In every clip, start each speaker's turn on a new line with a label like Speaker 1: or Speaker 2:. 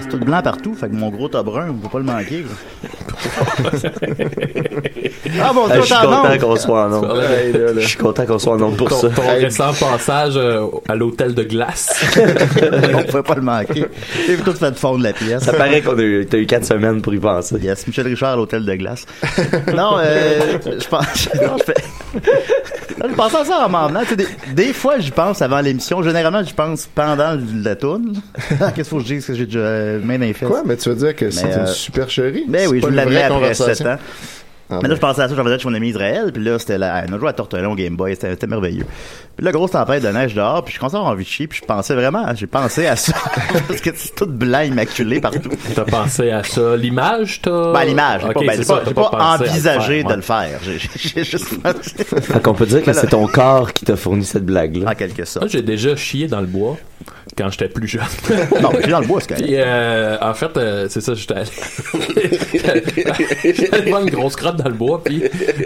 Speaker 1: C'est tout blanc partout, fait que mon gros tas brun, on peut pas le manquer. là. ah bon,
Speaker 2: Ah,
Speaker 1: toi,
Speaker 2: je suis
Speaker 1: t'as
Speaker 2: content
Speaker 1: non.
Speaker 2: qu'on soit en onde. Je suis content qu'on soit en onde pour
Speaker 3: Ton,
Speaker 2: ça.
Speaker 3: ton récent passage euh, à l'hôtel de glace.
Speaker 1: On pouvait pas le manquer. J'ai tout fait fondre la pièce.
Speaker 2: Ça paraît qu'on a eu, t'as eu quatre semaines pour y penser.
Speaker 1: Yes, Michel Richard à l'hôtel de glace. non, euh, je pense. Non, je fais- Non, je pensais à ça en m'en venant. Tu sais, Des, des fois, j'y pense avant l'émission. Généralement, j'y pense pendant la tourne. Qu'est-ce qu'il faut que je dise que j'ai déjà euh, main dans les fesses?
Speaker 4: Quoi? Mais tu veux dire que c'est
Speaker 1: euh,
Speaker 4: une supercherie?
Speaker 1: Ben
Speaker 4: C'est
Speaker 1: oui, je
Speaker 4: pas
Speaker 1: vous
Speaker 4: une
Speaker 1: l'avais
Speaker 4: vraie
Speaker 1: après
Speaker 4: conversation.
Speaker 1: 7 ans.
Speaker 4: Ah
Speaker 1: Mais
Speaker 4: ben.
Speaker 1: là, je pensais à ça, j'en faisais chez mon ami Israël, puis là, c'était la, on a joué à Tortelon Game Boy, c'était c'était merveilleux. Puis là, grosse tempête de neige dehors, puis je commençais à avoir envie de chier, puis je pensais vraiment, j'ai pensé à ça, parce que c'est tout blanc, immaculé partout.
Speaker 3: T'as pensé à ça. L'image, t'as.
Speaker 1: Ben, l'image, j'ai
Speaker 3: Ok,
Speaker 1: pas, ben,
Speaker 3: c'est
Speaker 1: j'ai
Speaker 3: ça,
Speaker 1: pas,
Speaker 3: t'as
Speaker 1: j'ai pas
Speaker 3: pensé à
Speaker 1: envisagé
Speaker 3: faire,
Speaker 1: de
Speaker 3: ouais.
Speaker 1: le faire. J'ai- J'ai j'ai juste pensé,
Speaker 2: Fait qu'on peut dire que c'est ton corps qui t'a fourni cette blague-là.
Speaker 1: en quelque
Speaker 3: Moi,
Speaker 1: sorte.
Speaker 3: j'ai déjà chié dans le bois quand j'étais plus jeune.
Speaker 1: Non, je suis dans le bois, c'est correct.
Speaker 3: Puis, euh, en fait, euh, c'est ça, j'étais allé. j'allais voir une grosse crotte dans le bois, puis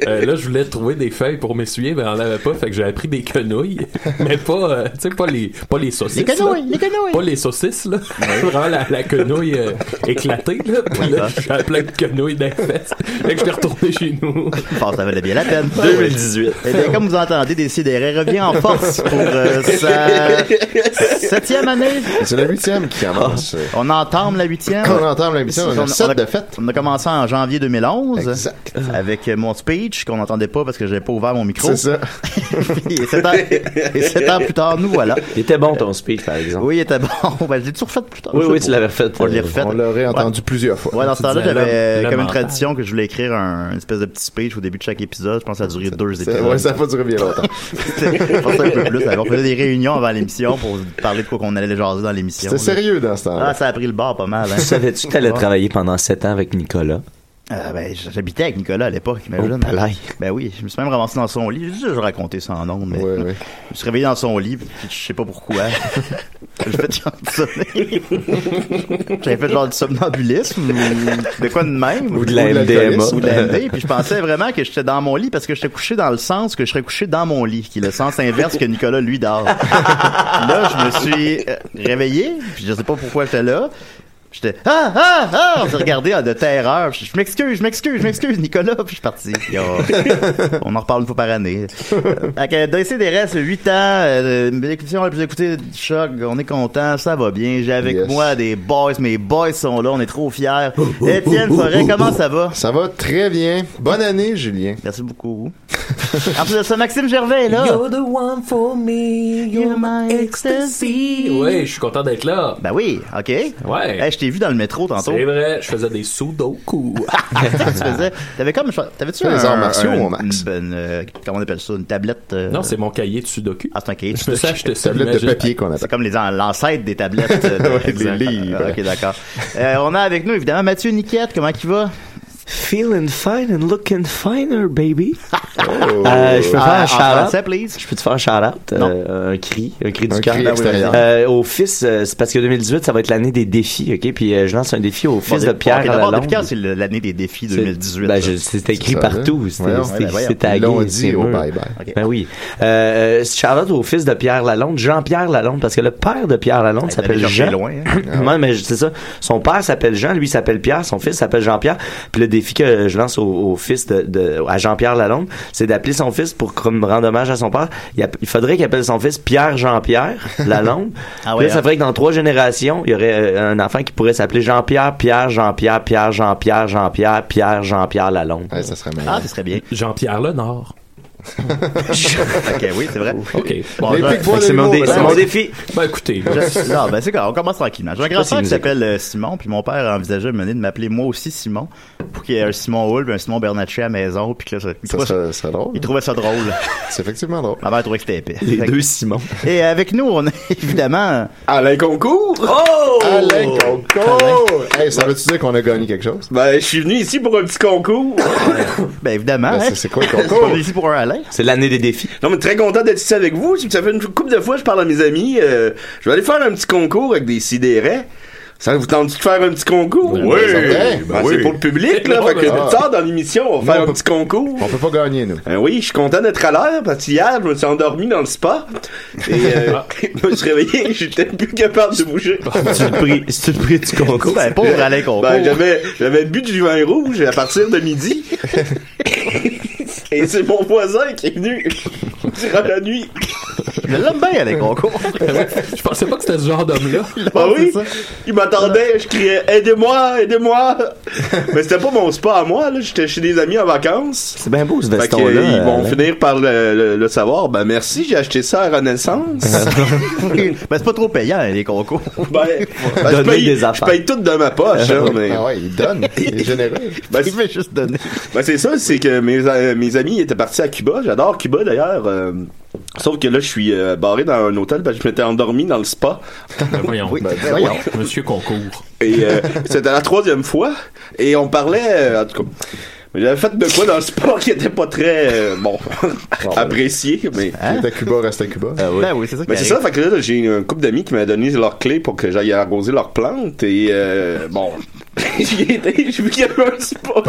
Speaker 3: euh, là, je voulais trouver des feuilles pour m'essuyer, mais on avait pas, fait que j'avais pris des quenouilles, mais pas, euh, tu sais, pas les, pas les saucisses.
Speaker 1: Les quenouilles,
Speaker 3: là.
Speaker 1: les quenouilles.
Speaker 3: Pas les saucisses, là. Vraiment la, la quenouille euh, éclatée, là. Puis là, j'avais plein de quenouilles dans les fesses. Fait que j'étais retourné chez nous.
Speaker 1: Je pense que ça valait bien la peine.
Speaker 2: 2018.
Speaker 1: Eh bien, comme vous entendez, Décidéré revient en force pour euh, sa septième année.
Speaker 4: C'est la huitième qui commence.
Speaker 1: On entame la huitième.
Speaker 4: On entame la huitième, on a sept
Speaker 1: on
Speaker 4: de fête.
Speaker 1: On a commencé en janvier 2011.
Speaker 4: Exact.
Speaker 1: Avec euh, mon speech qu'on n'entendait pas parce que j'avais pas ouvert mon micro.
Speaker 4: C'est ça.
Speaker 1: et, sept ans, et sept ans plus tard, nous voilà.
Speaker 2: Il était bon ton speech, par exemple.
Speaker 1: Oui, il était bon. Ben, je l'ai toujours fait plus tard.
Speaker 2: Oui,
Speaker 1: Je sais
Speaker 2: oui,
Speaker 1: pas.
Speaker 2: tu l'avais fait. euh,
Speaker 1: On l'a refait.
Speaker 4: On l'aurait entendu plusieurs fois.
Speaker 1: Ouais, dans ce temps-là,
Speaker 3: disais,
Speaker 1: j'avais
Speaker 3: l'homme-
Speaker 1: euh,
Speaker 3: l'homme
Speaker 1: comme une
Speaker 3: mental.
Speaker 1: tradition que je voulais écrire un une espèce de petit speech au début de chaque épisode. Je pense que ça a duré deux
Speaker 4: C'est-
Speaker 1: épisodes.
Speaker 4: ouais, ça n'a pas duré bien longtemps.
Speaker 1: je pense un peu plus. On faisait des réunions avant l'émission pour parler de quoi qu'on allait jaser dans l'émission.
Speaker 4: C'était sérieux dans ce
Speaker 1: Ah,
Speaker 4: temps-là.
Speaker 1: ça a pris le bord pas mal. Hein.
Speaker 2: Tu savais-tu que t'allais travailler pendant sept ans avec Nicolas?
Speaker 1: Ah, ben, j'habitais avec Nicolas à l'époque, imagine.
Speaker 2: Oh, palais.
Speaker 1: ben oui, je me suis même ramassé dans son lit. Je, je racontais ça en ondes, mais
Speaker 4: Ouais, ouais.
Speaker 1: je me suis réveillé dans son lit, puis je sais pas pourquoi. J'ai fait genre du somn- J'avais fait genre du somnambulisme, ou de quoi de même.
Speaker 2: Ou de
Speaker 4: Ou
Speaker 2: la
Speaker 4: de l'alcoolisme,
Speaker 2: MDMA?
Speaker 1: Ou de la MD, puis je pensais vraiment que j'étais dans mon lit parce que j'étais couché dans le sens que je serais couché dans mon lit, qui est le sens inverse que Nicolas lui dort. là, je me suis euh, réveillé, puis je sais pas pourquoi j'étais là. J'étais ah ah ah, on s'est regardé ah, de terreur. Je, je m'excuse, je m'excuse, je m'excuse, Nicolas, puis je suis parti. Puis, oh, on en reparle une fois par année. Euh, Fait que DC des restes 8 ans, euh, l'émission la plus écoutée du choc, on est content, ça va bien. J'ai avec
Speaker 4: Yes.
Speaker 1: moi des boys, mes boys sont là, on est trop fiers. Étienne Forêt, comment ça va?
Speaker 4: Ça va très bien. Bonne année, Julien.
Speaker 1: Merci beaucoup. en plus de ça, Maxime Gervais est là.
Speaker 3: the one for me,
Speaker 1: you're my ecstasy.
Speaker 3: Ouais, je suis content d'être là.
Speaker 1: Ben oui, ok.
Speaker 3: Ouais.
Speaker 1: Hey, je t'ai vu dans le métro tantôt. Ah,
Speaker 3: C'est vrai, je faisais des sudoku.
Speaker 1: tu faisais, t'avais comme, t'avais-tu
Speaker 4: Tu fais
Speaker 1: un,
Speaker 4: des arts martiaux,
Speaker 1: un-
Speaker 4: mon Max?
Speaker 1: une- une, euh, comment on appelle ça, une tablette? euh,
Speaker 3: non, c'est mon cahier de sudoku.
Speaker 1: Ah, c'est un cahier.
Speaker 3: Je me suis acheté ça.
Speaker 4: Tablette
Speaker 3: mais
Speaker 4: de
Speaker 3: j'ai-
Speaker 4: papier qu'on
Speaker 1: C'est
Speaker 4: appelle.
Speaker 1: comme les an- l'ancêtre des tablettes. euh, de-
Speaker 4: Ouais, des
Speaker 1: Exact.
Speaker 4: livres.
Speaker 1: Ah, ok, d'accord. Euh, on a avec nous, évidemment, Mathieu Niquette. Comment il va?
Speaker 2: Feeling fine and looking finer, baby.
Speaker 4: Oh.
Speaker 2: Euh, je peux faire
Speaker 1: Ah,
Speaker 2: un
Speaker 1: en
Speaker 2: shout-out.
Speaker 1: français, please.
Speaker 2: Je peux te faire un shout-out?
Speaker 1: Non.
Speaker 2: Euh, un cri, un cri du
Speaker 4: Un
Speaker 2: cœur.
Speaker 4: cri extérieur.
Speaker 2: Euh, au fils, euh, c'est parce que 2018, ça va être l'année des défis, OK? Puis euh, je lance un défi au fils de Pierre
Speaker 1: Ok, d'abord,
Speaker 2: Lalonde.
Speaker 1: depuis quand c'est le- l'année des défis
Speaker 2: C'est-
Speaker 1: 2018?
Speaker 2: ben,
Speaker 1: ça?
Speaker 2: je- c'est écrit
Speaker 4: ça,
Speaker 2: partout.
Speaker 4: hein?
Speaker 2: C'est
Speaker 4: Voyons,
Speaker 2: c'est-
Speaker 1: ben, voyons.
Speaker 2: c'est
Speaker 4: Ils
Speaker 2: tagué.
Speaker 4: l'ont
Speaker 2: c'est
Speaker 4: dit au
Speaker 2: mur.
Speaker 4: bye-bye.
Speaker 1: Ok.
Speaker 2: Ben oui. Euh, Charlotte au fils de Pierre Lalonde, Jean-Pierre Lalonde, parce que le père de Pierre Lalonde
Speaker 1: T'as
Speaker 2: s'appelle
Speaker 1: déjà
Speaker 2: Jean.
Speaker 1: fait loin. hein.
Speaker 2: Ouais, mais je- c'est ça. Son père s'appelle Jean, lui s'appelle Pierre, son fils s'appelle Jean-Pierre. Puis le défi que je lance au, au fils de, de- à Jean-Pierre Lalonde, c'est d'appeler son fils pour comme rendre hommage à son père. Il, app- il faudrait qu'il appelle son fils Pierre Jean-Pierre Lalonde.
Speaker 1: Ah
Speaker 2: Puis
Speaker 1: ouais,
Speaker 2: là, ça
Speaker 1: hein.
Speaker 2: ferait que dans trois générations, il y aurait euh, un enfant qui pourrait s'appeler Jean-Pierre, Pierre, Jean-Pierre, Pierre, Jean-Pierre, Jean-Pierre, Pierre, Jean-Pierre Lalonde.
Speaker 4: Ouais, ça serait
Speaker 1: Ah,
Speaker 4: meilleur.
Speaker 1: ce serait bien.
Speaker 3: Jean-Pierre Lenard.
Speaker 1: ok, oui, c'est vrai.
Speaker 3: OK.
Speaker 1: Bon,
Speaker 4: Les
Speaker 1: je-
Speaker 4: pics bois
Speaker 2: C'est
Speaker 4: de
Speaker 2: mon,
Speaker 4: l'humour,
Speaker 2: dé-
Speaker 4: madame.
Speaker 2: c'est mon défi.
Speaker 3: Ben écoutez,
Speaker 1: Je- non, ben c'est quoi, on commence tranquillement. J'ai un
Speaker 2: pas
Speaker 1: grand frère
Speaker 2: s'il
Speaker 1: qui
Speaker 2: nous écoute.
Speaker 1: s'appelle euh, Simon, puis mon père a envisagé de mener de m'appeler moi aussi Simon, pour qu'il y ait un Simon Hull, puis un Simon Bernatchez à la maison, puis que là, ça, il,
Speaker 4: Ça
Speaker 1: trouvait,
Speaker 4: serait, ça serait drôle.
Speaker 1: il trouvait ça drôle.
Speaker 4: C'est effectivement drôle.
Speaker 1: Ma mère trouvait que c'était épais.
Speaker 2: Les
Speaker 1: Fait que-
Speaker 2: deux Simons.
Speaker 1: Et avec nous, on a évidemment...
Speaker 5: Alain Concours?
Speaker 2: Oh!
Speaker 4: Alain Concours! Hey, ça veut-tu dire qu'on a gagné quelque chose?
Speaker 5: Ben, je suis venu ici pour un petit concours.
Speaker 1: Ben évidemment,
Speaker 4: Ben,
Speaker 1: hein,
Speaker 4: c'est- C'est quoi le
Speaker 1: on
Speaker 4: concours?
Speaker 1: est ici pour un Alain.
Speaker 2: C'est l'année des défis.
Speaker 5: Non, mais très content d'être ici avec vous. Ça fait une couple de fois que je parle à mes amis. euh, je vais aller faire un petit concours avec des sidérés. Ça vous tente de faire un petit concours?
Speaker 3: Oui,
Speaker 4: certain.
Speaker 5: Ben, c'est pour le public, là.
Speaker 3: Non,
Speaker 5: fait que
Speaker 3: mais-
Speaker 5: plus tard dans l'émission, on va
Speaker 4: Non,
Speaker 5: faire
Speaker 4: on
Speaker 5: un
Speaker 4: peut-
Speaker 5: petit concours.
Speaker 4: On peut pas gagner, nous.
Speaker 5: Ben oui, je suis content d'être à l'heure parce qu'hier, je me suis endormi dans le spa. Et euh,
Speaker 3: Ah.
Speaker 5: je me suis réveillé, j'étais plus capable de bouger.
Speaker 2: C'est le prix- c'est le prix du concours.
Speaker 1: Ben pauvre Alain Concours.
Speaker 2: Oh.
Speaker 5: Ben, j'avais, j'avais bu du vin rouge à partir de midi. Et c'est mon voisin qui est venu durant la nuit.
Speaker 2: Ah
Speaker 1: Je l'aime bien Alain Concours.
Speaker 3: je pensais pas que c'était ce genre d'homme-là.
Speaker 5: Bah oui, il m'attendait, je criais aidez-moi, aidez-moi. Mais c'était pas mon spa à moi, là. J'étais chez des amis en vacances.
Speaker 2: C'est bien beau ce hein.
Speaker 5: Fait que,
Speaker 2: veston-là.
Speaker 5: ils
Speaker 1: euh.
Speaker 5: vont
Speaker 2: Alain.
Speaker 5: finir par le, le- le savoir. Ben merci, j'ai acheté ça à Renaissance.
Speaker 1: ben c'est pas trop payant les concours.
Speaker 5: ben, ben, je
Speaker 2: Donner
Speaker 5: paye,
Speaker 2: des
Speaker 5: je
Speaker 2: affaires.
Speaker 5: paye tout de ma poche. hein, mais-
Speaker 4: Ah ouais, il donne. Il est généreux.
Speaker 5: ben,
Speaker 1: Il fait juste donner.
Speaker 5: Ben, c'est ça, c'est que mes, euh, mes amis étaient partis à Cuba. J'adore Cuba d'ailleurs. euh, sauf que là, je suis euh, barré dans un hôtel parce que je m'étais endormi dans le spa.
Speaker 3: Ben, voyons.
Speaker 1: Oui,
Speaker 4: Ben, voyons.
Speaker 3: Monsieur Concours.
Speaker 5: Et euh, c'était la troisième fois. Et on parlait. euh, en tout cas. mais J'avais fait de quoi dans le spa qui était pas très euh, bon apprécié, mais.
Speaker 4: Il est à Cuba, reste à Cuba.
Speaker 1: Ben oui, c'est ça.
Speaker 5: Mais
Speaker 1: qui
Speaker 5: c'est ça,
Speaker 1: arrive.
Speaker 5: fait que là, j'ai un couple d'amis qui m'a donné leur clé pour que j'aille arroser leurs plantes et euh, bon, j'y ai été, j'ai vu qu'il y avait un spa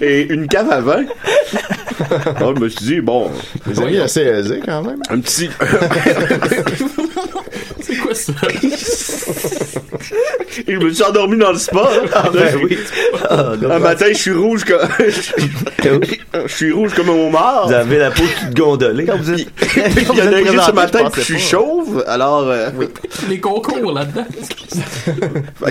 Speaker 5: et une cave à vin. Alors, je me suis dit, bon,
Speaker 4: Les amis assez aisés, quand même.
Speaker 5: un petit...
Speaker 3: C'est quoi ça?
Speaker 5: et je me suis endormi dans le spa. hein.
Speaker 1: Ah,
Speaker 5: Là,
Speaker 1: ben
Speaker 5: j'ai- un matin, je suis rouge comme... je suis rouge comme un homard.
Speaker 2: Vous avez la peau toute gondolée.
Speaker 1: Quand vous êtes-
Speaker 5: Puis
Speaker 1: quand
Speaker 5: il
Speaker 1: vous
Speaker 5: y en
Speaker 1: êtes
Speaker 5: a juste ce
Speaker 1: présenté,
Speaker 5: matin,
Speaker 1: pensais
Speaker 5: puis je suis
Speaker 1: pas.
Speaker 5: chauve, alors... euh,
Speaker 3: Les concours là-dedans.
Speaker 5: fait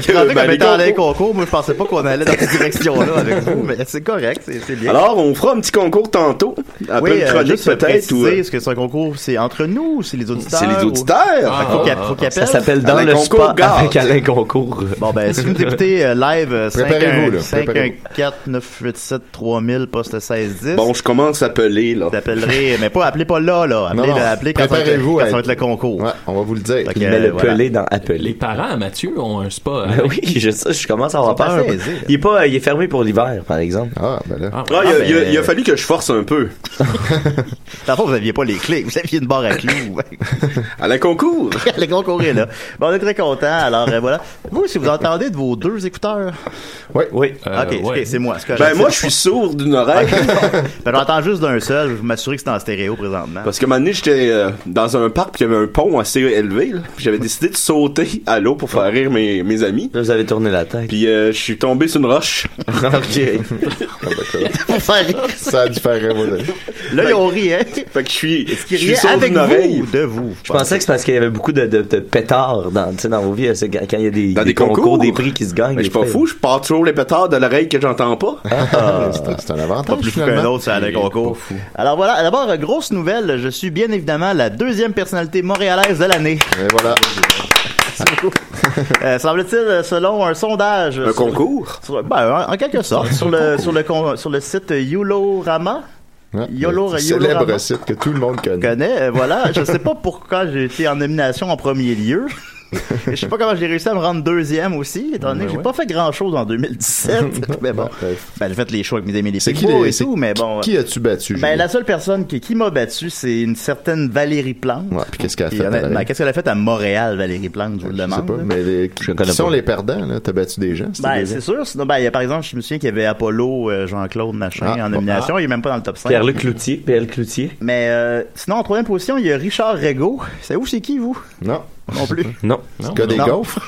Speaker 5: que,
Speaker 1: Quand
Speaker 5: ben,
Speaker 1: on
Speaker 5: les
Speaker 1: était Alain
Speaker 5: concours-
Speaker 1: Concours, moi je pensais pas qu'on allait dans cette direction-là avec vous, mais c'est correct, c'est c'est bien.
Speaker 5: Alors, on fera un petit concours tantôt, après
Speaker 1: oui,
Speaker 5: une
Speaker 1: euh,
Speaker 5: chronique
Speaker 1: juste
Speaker 5: peut-être, ou...
Speaker 1: préciser, Est-ce que c'est un concours, c'est entre nous, ou c'est les auditeurs?
Speaker 5: C'est les
Speaker 1: ou-
Speaker 5: auditeurs.
Speaker 3: Ah.
Speaker 1: Faut qu'il faut qu'il
Speaker 2: Ça
Speaker 1: appelle.
Speaker 2: s'appelle Dans
Speaker 5: Alain
Speaker 2: le
Speaker 5: Concours
Speaker 2: spa
Speaker 5: Gare.
Speaker 2: avec Alain Concours.
Speaker 1: Bon, ben, si vous nous écoutez euh, live, euh,
Speaker 4: Préparez-vous, là,
Speaker 1: 514 987 3000 poste 1610.
Speaker 5: Bon, je commence à peler, là.
Speaker 1: Vous appellerez, mais pas, appelez pas là, là. Appelez,
Speaker 4: Non, non.
Speaker 1: appelez quand, ça va, être,
Speaker 4: Préparez-vous
Speaker 1: quand
Speaker 4: à
Speaker 1: ça va
Speaker 4: être-
Speaker 1: être le concours.
Speaker 4: Ouais, on va vous le dire.
Speaker 1: Fait que,
Speaker 2: Il met
Speaker 1: euh,
Speaker 2: le
Speaker 1: voilà.
Speaker 2: pelé dans
Speaker 3: Les
Speaker 2: Appeler.
Speaker 3: parents à Mathieu ont un spa.
Speaker 2: Ben oui, je, ça, je commence à avoir
Speaker 1: Ils sont
Speaker 2: peur.
Speaker 1: assez aisés, là.
Speaker 2: Il est pas, euh, il est fermé pour l'hiver, par exemple.
Speaker 4: Ah, ben là.
Speaker 5: Ah, il, a,
Speaker 1: Ah, ben,
Speaker 5: il a- il a
Speaker 1: euh,
Speaker 5: fallu que je force un peu.
Speaker 1: Dans le fond, vous aviez pas les clés, vous aviez une barre à clous.
Speaker 5: À la concours.
Speaker 1: le concours est là. Bon, on est très contents, alors euh, voilà. Vous, si vous entendez de vos deux écouteurs...
Speaker 2: Oui.
Speaker 3: Euh,
Speaker 1: ok, ok,
Speaker 3: ouais.
Speaker 1: c'est moi. c'est correct.
Speaker 5: Ben, moi, je suis sourd d'une oreille.
Speaker 1: Ben, j'entends juste d'un seul, je vais m'assurer que c'est en stéréo présentement.
Speaker 5: Parce que un moment donné, j'étais euh, dans un parc, puis il y avait un pont assez élevé, là. Puis j'avais décidé de sauter à l'eau pour faire rire mes, mes amis.
Speaker 2: Là, vous avez tourné la tête.
Speaker 5: Puis euh, je suis tombé sur une roche.
Speaker 4: Ça a dû faire rire vos amis.
Speaker 1: Là, ils ont ri, hein?
Speaker 5: Fait que je suis, je
Speaker 1: Qui
Speaker 5: suis
Speaker 1: riait
Speaker 5: sourd
Speaker 1: avec
Speaker 5: d'une oreille.
Speaker 1: vous, Ah, de vous.
Speaker 2: Je pensais que c'est parce qu'il y avait beaucoup de, de, de pétards dans, tu sais, dans vos vies. c'est Quand quand il y a des,
Speaker 5: Dans des concours.
Speaker 2: des prix qui se gagnent.
Speaker 5: Mais je suis
Speaker 2: des
Speaker 5: pas
Speaker 2: fois.
Speaker 5: fou, je pars toujours les pétards de l'oreille que j'entends pas.
Speaker 1: Ah.
Speaker 4: C'est un- C'est un
Speaker 1: pas
Speaker 4: avantage,
Speaker 1: plus fou
Speaker 4: finalement.
Speaker 1: qu'un autre, c'est Alain Concours. Alors voilà, d'abord, euh, grosse nouvelle, je suis bien évidemment la deuxième personnalité montréalaise de l'année.
Speaker 4: Et voilà.
Speaker 1: Euh, Semble-t-il, euh, selon un sondage...
Speaker 5: Un
Speaker 1: sur-
Speaker 5: concours.
Speaker 1: sur- ben, en, en quelque sorte, sur le, sur, le con- sur le site Yolorama,
Speaker 4: Ouais,
Speaker 1: Yolo-
Speaker 4: le
Speaker 1: Yolo
Speaker 4: célèbre
Speaker 1: Rama.
Speaker 4: site que tout le monde
Speaker 1: je
Speaker 4: connaît.
Speaker 1: connais, euh, voilà, je sais pas pourquoi j'ai été en nomination en premier lieu. Et je sais pas comment j'ai réussi à me rendre deuxième aussi, étant
Speaker 4: Ben
Speaker 1: donné que j'ai pas fait grand chose en 2017. mais bon.
Speaker 4: Ouais.
Speaker 1: Ben, j'ai fait les shows avec mes amis les
Speaker 4: C'est qui
Speaker 1: Picbois
Speaker 4: les-
Speaker 1: et
Speaker 4: c'est
Speaker 1: tout, mais bon.
Speaker 4: Qui as-tu battu?
Speaker 1: Ben,
Speaker 4: Julie?
Speaker 1: la seule personne qui, qui m'a battu, c'est une certaine Valérie Plante.
Speaker 4: Ouais, puis qu'est-ce qu'elle a
Speaker 1: Puis
Speaker 4: fait,
Speaker 1: honnêtement,
Speaker 4: Valérie?
Speaker 1: Qu'est-ce qu'elle a fait à Montréal, Valérie Plante, je vous le
Speaker 4: Je sais
Speaker 1: demande.
Speaker 4: pas,
Speaker 1: là.
Speaker 4: mais les-
Speaker 2: Je connais
Speaker 4: qui sont
Speaker 2: pas.
Speaker 4: les perdants, là? T'as battu des gens? c'était
Speaker 1: Ben,
Speaker 4: des
Speaker 1: c'est sûr. Sinon, ben, il y a, par exemple, je me souviens qu'il y avait Apollo, euh, Jean-Claude, machin,
Speaker 4: Ah,
Speaker 1: en
Speaker 4: bon.
Speaker 1: nomination. Il est même pas dans le top 5.
Speaker 2: Pierre-Luc Cloutier. PL Cloutier.
Speaker 1: Mais euh, sinon, en troisième position, il y a Richard Rego. C'est où, c'est qui, vous?
Speaker 4: Non.
Speaker 1: Non plus.
Speaker 2: Non.
Speaker 4: Le gars des
Speaker 1: Non.
Speaker 4: gaufres?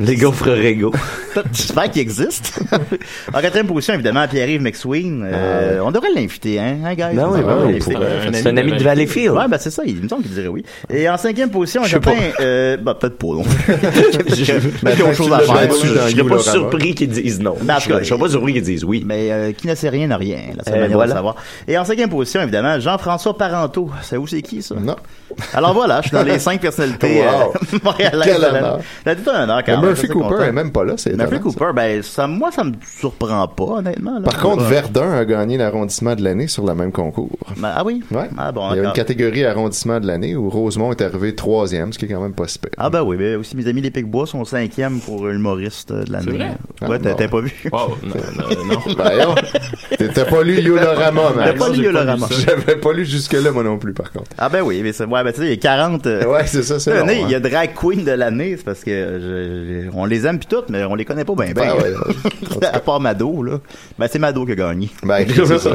Speaker 2: Les gaufres Rego.
Speaker 1: J'espère qu'il existe. en quatrième position, évidemment, Pierre-Yves McSween. Euh, On devrait l'inviter, hein, hein, guys?
Speaker 2: Ben oui,
Speaker 1: On
Speaker 2: ben
Speaker 1: devrait
Speaker 2: oui,
Speaker 1: l'inviter.
Speaker 2: pour-
Speaker 3: Euh, Un
Speaker 2: C'est un
Speaker 3: ami
Speaker 2: ami
Speaker 3: de
Speaker 2: de Valleyfield.
Speaker 1: Ouais, ben c'est ça, il me semble qu'il dirait oui. Et en cinquième position, un
Speaker 2: Je sais
Speaker 1: certain... Euh, ben, peut-être pas, non. J'ai autre
Speaker 4: Ben, tant que tu
Speaker 1: chose à
Speaker 4: l'as
Speaker 1: faire. moi,
Speaker 4: battu dans
Speaker 2: Je serais pas
Speaker 4: Yulorama.
Speaker 2: surpris qu'ils disent non.
Speaker 1: Ben, en tout
Speaker 2: Je
Speaker 1: cas,
Speaker 2: serais je serais pas surpris qu'ils disent oui.
Speaker 1: Mais euh, qui ne sait rien n'a rien. La seule
Speaker 2: Eh,
Speaker 1: manière
Speaker 2: voilà.
Speaker 1: de savoir. Et en cinquième position, évidemment, Jean-François Parenteau. C'est où c'est qui, ça?
Speaker 4: Non.
Speaker 1: Alors voilà, je suis dans les cinq personnalités
Speaker 4: Wow.
Speaker 1: euh, montréalaises.
Speaker 4: Quel
Speaker 1: de l'année.
Speaker 4: honneur.
Speaker 1: C'est tout un honneur, quand
Speaker 4: Mais
Speaker 1: même.
Speaker 4: Murphy
Speaker 1: Je suis assez
Speaker 4: Cooper
Speaker 1: content.
Speaker 4: est même pas là, c'est
Speaker 1: Murphy
Speaker 4: étonnant, ça.
Speaker 1: Cooper, ben, ça, moi, ça me surprend pas, honnêtement. là.
Speaker 4: Par contre,
Speaker 1: Ouais.
Speaker 4: Verdun a gagné l'arrondissement de l'année sur le même concours.
Speaker 1: Ben, ah oui?
Speaker 4: Ouais.
Speaker 1: Ah bon,
Speaker 4: Il y avait une
Speaker 1: encore.
Speaker 4: catégorie arrondissement de l'année où Rosemont est arrivé troisième, ce qui est quand même pas si pire.
Speaker 1: Ah ben oui, mais aussi mes amis les Picbois sont cinquièmes pour humoriste euh, de l'année.
Speaker 3: vrai?
Speaker 1: Ouais,
Speaker 4: Ah,
Speaker 1: t'as
Speaker 4: bon.
Speaker 1: t'as pas vu.
Speaker 3: Wow, non, non, non.
Speaker 4: Ben, oh, T'as pas lu Yolorama,
Speaker 1: T'as
Speaker 4: Max.
Speaker 1: pas lu
Speaker 3: j'ai pas
Speaker 1: le
Speaker 3: vu
Speaker 1: roman.
Speaker 3: ça.
Speaker 4: J'avais pas lu jusque-là, moi non plus, par contre.
Speaker 1: Ah ben oui, mais c'est ouais, ben tu sais, il y a 40 euh,
Speaker 4: Ouais, c'est ça, c'est
Speaker 1: cette
Speaker 4: long,
Speaker 1: année,
Speaker 4: hein.
Speaker 1: il y a drag queen de l'année, c'est parce que je- je- on les aime pis toutes, mais on les connaît pas bien
Speaker 4: Ben,
Speaker 1: ben.
Speaker 4: ouais.
Speaker 1: à part Mado là. Ben c'est Mado qui a gagné.
Speaker 4: Ben, c'est ça.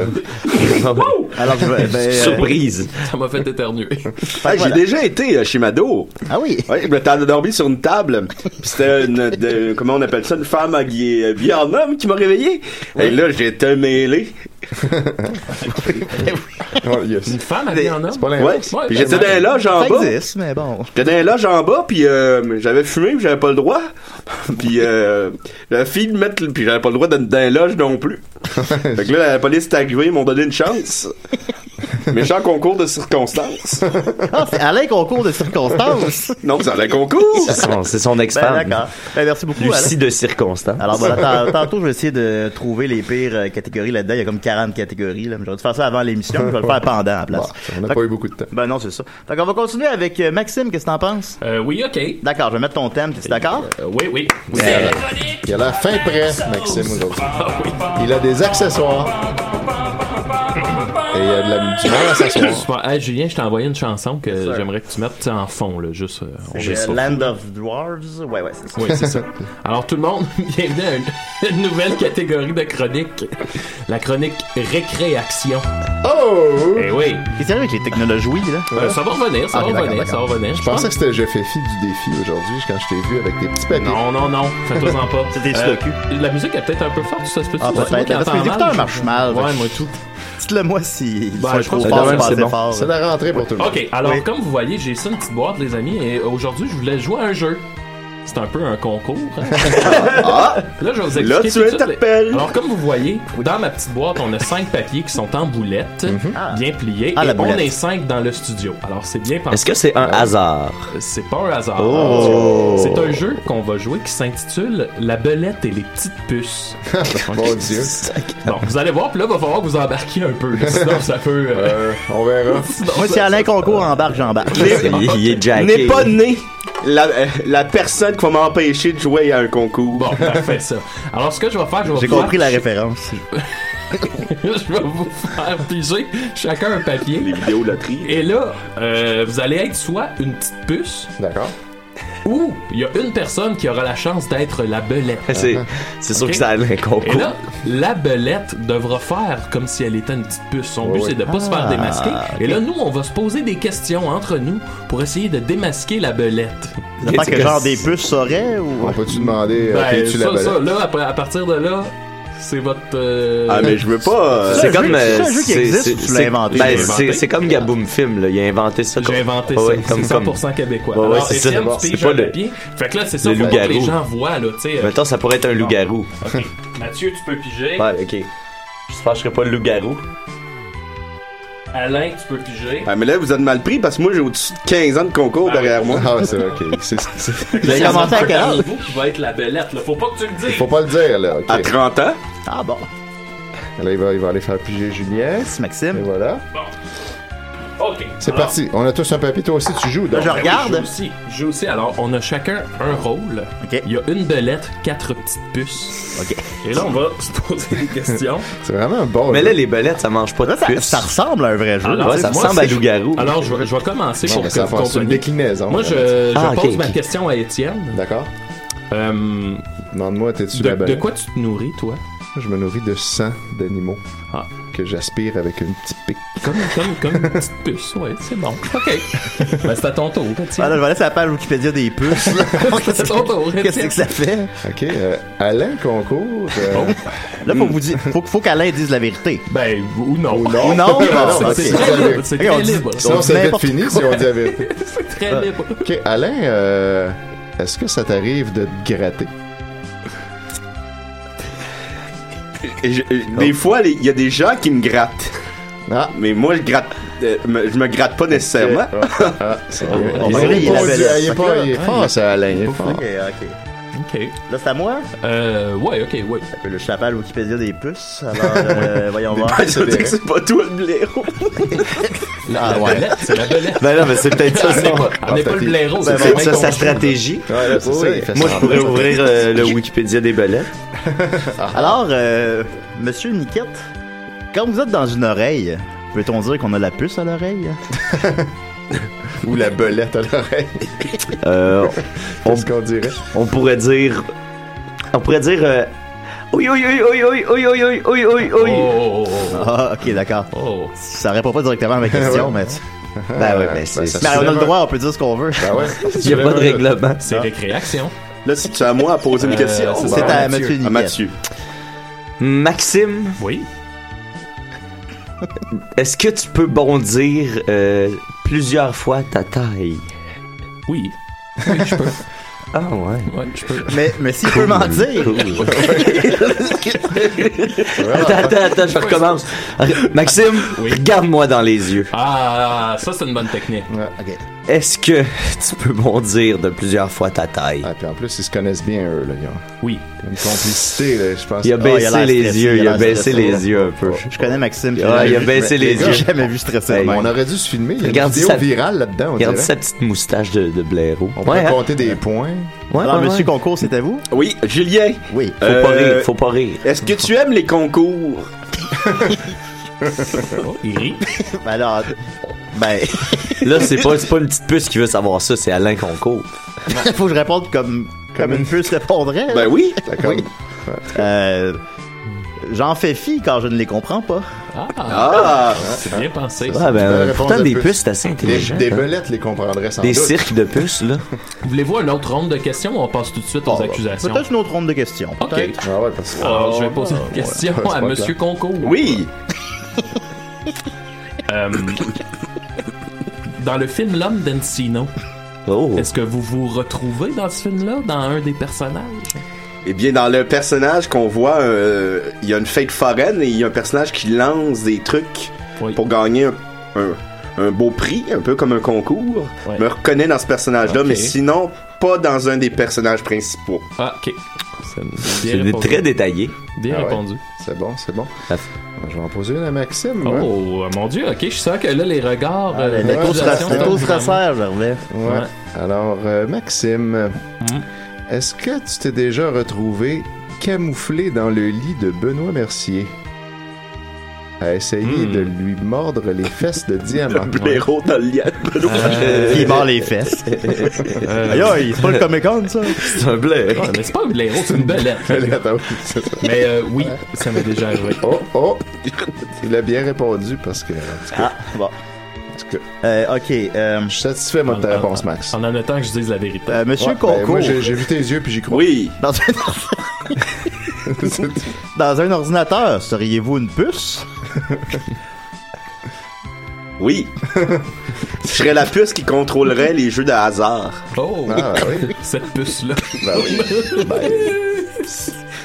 Speaker 1: Alors je vais- ben, euh,
Speaker 2: Surprise.
Speaker 3: Ça m'a fait éternuer.
Speaker 1: fait que
Speaker 5: Hey,
Speaker 1: voilà.
Speaker 5: J'ai déjà été euh, chez Mado.
Speaker 1: Ah oui.
Speaker 5: Oui, je m'étais endormi sur une table. Puis C'était une, de- comment on appelle ça, une femme habillée euh, habillée en homme qui m'a réveillé. Et là, j'étais mêlé.
Speaker 4: Oh, yes.
Speaker 3: Une femme habillée en homme?
Speaker 4: Pas
Speaker 5: Ouais.
Speaker 4: l'inverse.
Speaker 5: Puis j'étais dans les loges en
Speaker 1: Ça
Speaker 5: bas.
Speaker 1: existe, mais bon.
Speaker 5: J'étais dans les loges en bas, puis euh, j'avais fumé, puis j'avais pas le droit. puis euh, la fille me mettre, puis j'avais pas le droit d'être dans les loges non plus. fait que là, la police est arrivée, ils m'ont donné une chance. Méchant concours de circonstances.
Speaker 1: Ah, c'est Alain concours de circonstances.
Speaker 5: Non, c'est un concours.
Speaker 2: C'est son- C'est son
Speaker 1: ben
Speaker 2: ex-femme.
Speaker 1: d'accord. Ben merci beaucoup Alain.
Speaker 2: Lucie de circonstance.
Speaker 1: Alors voilà, tan- tantôt je vais essayer de trouver les pires euh, catégories là-dedans. Il y a comme 40 catégories. Là. Mais J'aurais dû faire ça avant l'émission, mais je vais le faire pendant à la
Speaker 4: Bon,
Speaker 1: place.
Speaker 4: on n'a
Speaker 1: Fait
Speaker 4: pas
Speaker 1: que-
Speaker 4: eu beaucoup de temps.
Speaker 1: Ben non, c'est ça. Fait qu'on va continuer avec euh, Maxime, qu'est-ce que t'en penses?
Speaker 3: Euh, oui, ok.
Speaker 1: D'accord, je vais mettre ton thème, t'es d'accord?
Speaker 3: Euh, oui, oui. oui. euh,
Speaker 4: Il a la fin prêt, Maxime, aujourd'hui. Il a des accessoires. Et il y a de la, du monde à s'asseoir.
Speaker 3: Super. Hey, Julien, je t'ai envoyé une chanson que j'aimerais que tu mettes en fond, là, juste. euh, on
Speaker 1: J'ai
Speaker 3: veut ça.
Speaker 1: Land of Dwarves. Ouais, ouais, c'est ça.
Speaker 3: Oui, c'est ça. Alors tout le monde, bienvenue à une, une nouvelle catégorie de chronique. La chronique récréation.
Speaker 4: Oh!
Speaker 3: Eh oui,
Speaker 1: Qu'est-ce qu'il y a avec les technologies, là?
Speaker 3: euh, ça va revenir, ça
Speaker 4: Ah,
Speaker 3: va
Speaker 4: ok, d'accord,
Speaker 3: revenir, ça va
Speaker 4: d'accord.
Speaker 3: revenir.
Speaker 4: Je pensais que c'était je fais fi du défi aujourd'hui quand je t'ai vu avec tes petits papiers.
Speaker 3: Non, non, non, fais-toi-en pas. Euh,
Speaker 1: C'était sur le cul.
Speaker 3: La musique est peut-être un peu forte, ça se peut-tu?
Speaker 1: Ah,
Speaker 3: C'est moi
Speaker 1: Euh, peut-être.
Speaker 3: qui
Speaker 1: Parce que
Speaker 3: entends
Speaker 1: les écouteurs
Speaker 3: mal.
Speaker 1: marchent mal.
Speaker 3: Ouais,
Speaker 1: Fait que
Speaker 3: moi tout.
Speaker 1: Dites-le moi si ils sont
Speaker 3: Ben, je pense
Speaker 1: trop
Speaker 3: que
Speaker 1: forts,
Speaker 2: c'est
Speaker 1: passez
Speaker 2: bon.
Speaker 1: fort.
Speaker 4: C'est la rentrée pour tout le monde.
Speaker 3: Ok, alors
Speaker 1: Oui.
Speaker 3: comme vous voyez, j'ai ça une petite boîte, les amis, et aujourd'hui, je voulais jouer à un jeu. C'est un peu un concours. hein. Là, je vais vous expliquer.
Speaker 5: Là, tu
Speaker 3: tout de suite les-
Speaker 5: interpelles.
Speaker 3: Alors, comme vous voyez, dans ma petite boîte, on a cinq papiers qui sont en boulettes, bien pliés,
Speaker 1: Ah, la
Speaker 3: et on
Speaker 1: boulette.
Speaker 3: est cinq dans le studio. Alors, c'est bien pensé.
Speaker 2: Est-ce que c'est un hasard?
Speaker 3: C'est pas un hasard. C'est un jeu qu'on va jouer qui s'intitule La belette et les petites puces.
Speaker 4: Mon Oh, Dieu.
Speaker 3: Bon, vous allez voir, puis là, va falloir que vous embarquiez un peu. là, Sinon, ça peut. euh,
Speaker 4: Euh, on verra.
Speaker 3: sinon,
Speaker 1: Moi,
Speaker 3: ça-
Speaker 1: si Alain Concours
Speaker 3: Euh,
Speaker 1: embarque, j'embarque.
Speaker 2: Il, il est jacké.
Speaker 5: N'est pas né la, euh, la personne qui va m'empêcher de jouer à un concours.
Speaker 3: Bon, parfait, ça. Alors, ce que je vais faire, je vais
Speaker 1: J'ai
Speaker 3: faire-
Speaker 1: compris la référence.
Speaker 3: je vais vous faire piger chacun un papier.
Speaker 5: Les vidéos de loterie.
Speaker 3: Et là, euh, vous allez être soit une petite puce,
Speaker 4: D'accord.
Speaker 3: ou il y a une personne qui aura la chance d'être la belette.
Speaker 2: C'est c'est sûr
Speaker 3: Ok.
Speaker 2: que ça a un
Speaker 3: Et
Speaker 2: concours.
Speaker 3: là, la belette devra faire comme si elle était une petite puce. Son but,
Speaker 4: oui.
Speaker 3: c'est de pas se faire démasquer. Et là, nous, on va se poser des questions entre nous pour essayer de démasquer la belette.
Speaker 1: J'espère que genre des puces sauraient ou.
Speaker 4: On peut-tu demander euh,
Speaker 3: Ben,
Speaker 4: qui tu la
Speaker 3: ça, ça,
Speaker 4: balade?
Speaker 3: là, après- à partir de là, c'est votre... euh,
Speaker 5: Ah, mais je veux pas. euh,
Speaker 1: C'est un
Speaker 2: C'est
Speaker 1: jeu-
Speaker 2: comme.
Speaker 1: c'est
Speaker 2: euh,
Speaker 1: un jeu qui
Speaker 2: c'est-
Speaker 1: existe
Speaker 2: c'est-
Speaker 1: ou tu l'as
Speaker 2: c'est-
Speaker 1: inventé?
Speaker 2: ben,
Speaker 3: Je l'ai
Speaker 2: c'est-
Speaker 3: inventé.
Speaker 2: C'est comme Gaboum Film, là. Il a inventé ça.
Speaker 3: J'ai inventé
Speaker 2: Ouais,
Speaker 3: ça,
Speaker 2: comme-
Speaker 3: c'est
Speaker 2: comme-
Speaker 3: 100% québécois.
Speaker 2: Ouais, ouais,
Speaker 3: Alors,
Speaker 2: c'est ça,
Speaker 3: Étienne,
Speaker 2: d'abord.
Speaker 3: tu
Speaker 2: C'est
Speaker 3: piges
Speaker 2: pas
Speaker 3: un
Speaker 2: le-
Speaker 3: papier. Fait que là, c'est ça,
Speaker 2: le
Speaker 3: faut que les
Speaker 2: loup-garou.
Speaker 3: gens voient, là, tu sais. euh,
Speaker 2: Mettons, ça pourrait être un loup-garou.
Speaker 3: Ok. Mathieu, tu peux piger.
Speaker 2: Ouais, ok. J'espère que je serais pas le loup-garou.
Speaker 3: Alain, tu peux piger.
Speaker 5: Ah, mais là, vous êtes mal pris parce que moi, j'ai au-dessus de 15 ans de concours derrière moi.
Speaker 4: Ah, ouais, c'est vrai, ok. C'est- c'est-
Speaker 1: Vous avez commencé à quel âge?
Speaker 3: vous qui va être la belette, là. Faut pas que tu le dises.
Speaker 4: Faut pas le dire, là. ok.
Speaker 5: À 30 ans.
Speaker 1: Ah bon.
Speaker 4: Là, il va, il va aller faire piger Julien.
Speaker 1: Merci,
Speaker 4: Et
Speaker 1: Maxime.
Speaker 4: voilà. C'est parti. On a tous un papier. Toi aussi, tu joues.
Speaker 1: Là,
Speaker 4: Donc.
Speaker 1: je regarde.
Speaker 3: J'ai aussi, j'ai aussi. Alors, on a chacun un rôle.
Speaker 1: Ok.
Speaker 3: Il y a une belette, quatre petites puces.
Speaker 1: Ok.
Speaker 3: Et là, on va se poser des questions.
Speaker 4: C'est vraiment un bon.
Speaker 2: Mais
Speaker 4: jeu.
Speaker 2: là, les belettes, ça Ah, mange pas de
Speaker 1: Ça, ça,
Speaker 2: puces.
Speaker 1: ça ressemble à un vrai jeu.
Speaker 3: Alors,
Speaker 2: ouais, ça
Speaker 3: moi,
Speaker 2: ressemble à
Speaker 3: c'est-
Speaker 2: Loup-Garou.
Speaker 3: Alors, je vais, je vais commencer
Speaker 4: Non,
Speaker 3: pour
Speaker 4: mais
Speaker 3: que
Speaker 4: ça
Speaker 3: vous
Speaker 4: va faire- c'est une
Speaker 3: compreniez.
Speaker 4: déclinaison.
Speaker 3: Moi, je, je
Speaker 2: Ah, ok,
Speaker 3: pose ma
Speaker 2: ok.
Speaker 3: question à Étienne.
Speaker 4: D'accord.
Speaker 3: Euh,
Speaker 4: Demande-moi, t'es-tu
Speaker 3: de,
Speaker 4: la belle?
Speaker 3: de quoi tu te nourris, toi?
Speaker 4: Je me nourris de sang d'animaux
Speaker 3: Ah.
Speaker 4: que j'aspire avec une petite pique.
Speaker 3: Comme, comme, comme une petite puce, ouais, c'est bon. OK. ben, c'est à ton tour, Étienne.
Speaker 1: Ah, là, je vais laisser la page Wikipédia des puces. là. Qu'est-ce
Speaker 3: C'est ton tour,
Speaker 1: que- Qu'est-ce que ça fait?
Speaker 4: OK. euh, Alain
Speaker 2: Oh.
Speaker 4: Concours. euh,
Speaker 1: Là, faut que vous
Speaker 2: Hmm.
Speaker 1: dire, faut, faut qu'Alain dise la vérité.
Speaker 3: Ben, ou non.
Speaker 4: Ou
Speaker 1: Ou non?
Speaker 4: Non,
Speaker 1: Bon,
Speaker 4: non,
Speaker 1: ok.
Speaker 3: C'est
Speaker 4: c'est
Speaker 3: très
Speaker 4: ça.
Speaker 3: libre. C'est
Speaker 1: Ok,
Speaker 3: très
Speaker 1: on dit-
Speaker 3: libre.
Speaker 4: Sinon,
Speaker 1: Donc,
Speaker 4: ça va être
Speaker 1: n'importe
Speaker 4: fini si on dit la vérité.
Speaker 3: C'est très libre.
Speaker 4: OK. Alain, euh, est-ce que ça t'arrive de te gratter?
Speaker 5: Et je- et Des fois, les- il y a des gens qui me grattent.
Speaker 4: Ah.
Speaker 5: Mais moi, je gratte. euh, me- je me gratte pas nécessairement.
Speaker 4: Ah, ah, ah, c'est vrai.
Speaker 1: On
Speaker 4: Il
Speaker 1: va
Speaker 4: est
Speaker 1: dire,
Speaker 4: pas
Speaker 1: il
Speaker 4: du-
Speaker 1: avait-
Speaker 4: il est pas- il est fort, ça, Alain. Il est fort.
Speaker 1: Ok, ok.
Speaker 3: OK.
Speaker 1: Là, c'est à moi.
Speaker 3: Euh, ouais, OK, ouais.
Speaker 1: Je suis à la page Wikipédia des puces. Alors, euh, voyons voir.
Speaker 5: Je veux dire que c'est pas toi le blaireau.
Speaker 3: La,
Speaker 1: Ah.
Speaker 3: la belette, c'est la belette.
Speaker 2: Ben non, mais c'est peut-être ça,
Speaker 3: Elle n'est
Speaker 2: son-
Speaker 3: pas- elle n'est pas le blaireau,
Speaker 1: ben,
Speaker 2: c'est
Speaker 3: c'est
Speaker 2: peut-être
Speaker 3: bien
Speaker 2: ça sa
Speaker 3: construit.
Speaker 2: stratégie.
Speaker 4: Ouais, là, c'est ça, il fait
Speaker 2: Moi, je
Speaker 4: semblant.
Speaker 2: pourrais ouvrir euh, le Wikipédia des belettes.
Speaker 1: ben, Alors, euh, monsieur Niquette, quand vous êtes dans une oreille, peut-on dire qu'on a la puce à l'oreille?
Speaker 4: Ou la belette à l'oreille.
Speaker 2: Euh, on,
Speaker 4: Qu'est-ce qu'on dirait?
Speaker 2: on pourrait dire... On pourrait dire... euh, Oui, oui, oui, oui, oui, oui, oui, oui, oui, oui, oui.
Speaker 3: Oh, oh, oh,
Speaker 1: Ah, ok, d'accord.
Speaker 3: oh, oh.
Speaker 1: Ça répond pas directement à ma question, mais...
Speaker 2: Ben ouais, ben c'est...
Speaker 4: ça-
Speaker 1: Mais on a le
Speaker 4: Vraiment.
Speaker 1: droit, on peut dire ce qu'on veut.
Speaker 4: Ah ouais?
Speaker 2: Il y a pas de règlement.
Speaker 3: Oh, C'est récréation.
Speaker 5: Là, si tu as à moi à poser une
Speaker 3: Euh,
Speaker 5: question.
Speaker 3: c'est
Speaker 1: C'est
Speaker 5: Bon.
Speaker 1: à
Speaker 3: Mathieu.
Speaker 1: monsieur
Speaker 5: À
Speaker 1: Niquette.
Speaker 5: Mathieu.
Speaker 2: Maxime,
Speaker 3: Oui.
Speaker 2: est-ce que tu peux bondir euh, plusieurs fois ta taille?
Speaker 3: Oui. Oui, je peux.
Speaker 2: Ah ouais.
Speaker 3: Ouais, je peux.
Speaker 1: Mais, mais s'il peut mentir,
Speaker 2: Attends, attends, attends, je recommence. Re- Maxime,
Speaker 3: Oui.
Speaker 2: regarde-moi dans les yeux.
Speaker 3: Ah, ça, c'est une bonne technique.
Speaker 4: Ouais.
Speaker 2: Est-ce que tu peux bondir de plusieurs fois ta taille?
Speaker 4: Ah, puis en plus, ils se connaissent bien, eux. Là. Ils ont
Speaker 3: Oui.
Speaker 4: une complicité, là, je pense.
Speaker 2: Il a
Speaker 1: Ah, il a
Speaker 2: baissé
Speaker 1: l'air
Speaker 2: les
Speaker 1: stressé, il
Speaker 2: yeux,
Speaker 1: a
Speaker 2: il a
Speaker 1: l'air
Speaker 2: baissé
Speaker 1: stressé.
Speaker 2: les yeux un peu.
Speaker 1: je connais Maxime. puis
Speaker 2: Ouais,
Speaker 1: j'ai
Speaker 2: Ah, il a
Speaker 1: jamais-
Speaker 2: baissé les
Speaker 1: j'ai
Speaker 2: yeux.
Speaker 1: jamais vu stresser de
Speaker 2: Hey,
Speaker 1: même.
Speaker 4: On aurait dû se filmer. Il y a
Speaker 2: Regarde
Speaker 4: une vidéo
Speaker 2: ça-
Speaker 4: virale là-dedans, on
Speaker 2: Regarde
Speaker 4: dirait.
Speaker 2: sa petite moustache de, de blaireau.
Speaker 4: On
Speaker 2: Ouais,
Speaker 4: peut
Speaker 2: hein?
Speaker 4: compter des points.
Speaker 2: Ouais,
Speaker 1: Alors,
Speaker 2: ouais,
Speaker 1: monsieur
Speaker 2: ouais.
Speaker 1: Concours, c'est à vous?
Speaker 5: Oui, Julien. Euh,
Speaker 1: Oui.
Speaker 2: Faut pas rire, faut pas rire.
Speaker 5: Est-ce que tu aimes les concours?
Speaker 3: Oh, il rit.
Speaker 1: Ben alors... Ben,
Speaker 2: Là, c'est pas, c'est pas une petite puce qui veut savoir ça, c'est Alain Concours.
Speaker 1: faut que je réponde comme, comme une puce répondrait.
Speaker 5: Ben oui.
Speaker 4: D'accord.
Speaker 1: Euh, J'en fais fi quand je ne les comprends pas.
Speaker 3: Ah,
Speaker 5: Ah!
Speaker 3: c'est bien pensé.
Speaker 2: Ouais, ben,
Speaker 4: la
Speaker 2: euh,
Speaker 4: réponse
Speaker 2: pourtant,
Speaker 4: de
Speaker 2: des
Speaker 4: puce.
Speaker 2: puces, c'est assez
Speaker 4: Les,
Speaker 2: intelligent.
Speaker 4: des
Speaker 2: hein.
Speaker 4: belettes les comprendraient sans
Speaker 2: Des
Speaker 4: doute.
Speaker 2: cirques de puces, là.
Speaker 3: Voulez-vous une autre ronde de questions ou on passe tout de suite aux
Speaker 1: bah,
Speaker 3: accusations?
Speaker 1: Peut-être une autre ronde de questions.
Speaker 3: OK.
Speaker 1: Peut-être.
Speaker 4: Ah ouais, parce que...
Speaker 3: Alors, je vais poser une question
Speaker 4: ouais, c'est
Speaker 3: à
Speaker 4: pas
Speaker 3: Monsieur Concours.
Speaker 5: Oui!
Speaker 3: Euh, dans le film L'homme d'Encino,
Speaker 2: Oh.
Speaker 3: est-ce que vous vous retrouvez dans ce film-là, dans un des personnages?
Speaker 5: Eh bien, dans le personnage qu'on voit, euh, il y a une fête foraine et il y a un personnage qui lance des trucs
Speaker 3: Oui.
Speaker 5: pour gagner un, un- un beau prix, un peu comme un concours.
Speaker 3: Ouais.
Speaker 5: Je me reconnais dans ce personnage-là,
Speaker 3: Ok.
Speaker 5: mais sinon, pas dans un des personnages principaux.
Speaker 3: Ah, OK. C'est bien
Speaker 2: C'est
Speaker 3: répondu.
Speaker 2: très détaillé.
Speaker 3: Bien
Speaker 4: Ah ouais.
Speaker 3: répondu.
Speaker 4: C'est bon, c'est bon.
Speaker 2: Ah.
Speaker 4: Je vais en poser une à Maxime.
Speaker 3: Oh,
Speaker 4: ouais.
Speaker 3: euh, mon Dieu, OK, je sens que là, les regards...
Speaker 4: Ah,
Speaker 2: ben,
Speaker 3: euh,
Speaker 4: les
Speaker 1: La
Speaker 4: Ouais,
Speaker 1: taux se
Speaker 3: d'accusations
Speaker 1: la
Speaker 4: relations,
Speaker 3: sont
Speaker 1: taux se
Speaker 3: vraiment-
Speaker 1: resserre, Gervais.
Speaker 4: Ouais. Alors, euh, Maxime,
Speaker 3: Mhm.
Speaker 4: est-ce que tu t'es déjà retrouvé camouflé dans le lit de Benoît Mercier à essayer
Speaker 3: Mhm.
Speaker 4: de lui mordre les fesses de
Speaker 3: Ah, ben,
Speaker 4: diamant?
Speaker 5: Blaireau dans le lien. Benoît.
Speaker 3: Euh,
Speaker 1: Il mord les fesses.
Speaker 3: euh,
Speaker 1: Aïe, aïe, c'est pas le Comic Con, ça?
Speaker 2: C'est un blaire.
Speaker 3: ouais, mais c'est pas un blaireau, c'est une belette.
Speaker 4: Allez, attends, Ah, ben oui, c'est ça.
Speaker 3: Mais euh, oui, ça m'est déjà arrivé.
Speaker 4: Oh, oh! Il a bien répondu parce que. en
Speaker 1: Ah, bon.
Speaker 4: tout cas,
Speaker 1: Euh, ok. Euh,
Speaker 4: je suis satisfait moi, de ta
Speaker 3: En- en-
Speaker 4: réponse, Max.
Speaker 3: En annotant que je dise la vérité.
Speaker 1: euh, monsieur
Speaker 4: Ouais, ben,
Speaker 1: Concours,
Speaker 4: moi, j'ai j'ai vu tes yeux puis j'y crois.
Speaker 5: Oui!
Speaker 1: dans, un, dans un ordinateur, seriez-vous une puce?
Speaker 5: Oui! Je serais la puce qui contrôlerait les jeux de hasard.
Speaker 3: Oh,
Speaker 4: Ah, oui.
Speaker 3: cette puce-là.
Speaker 4: Ben oui.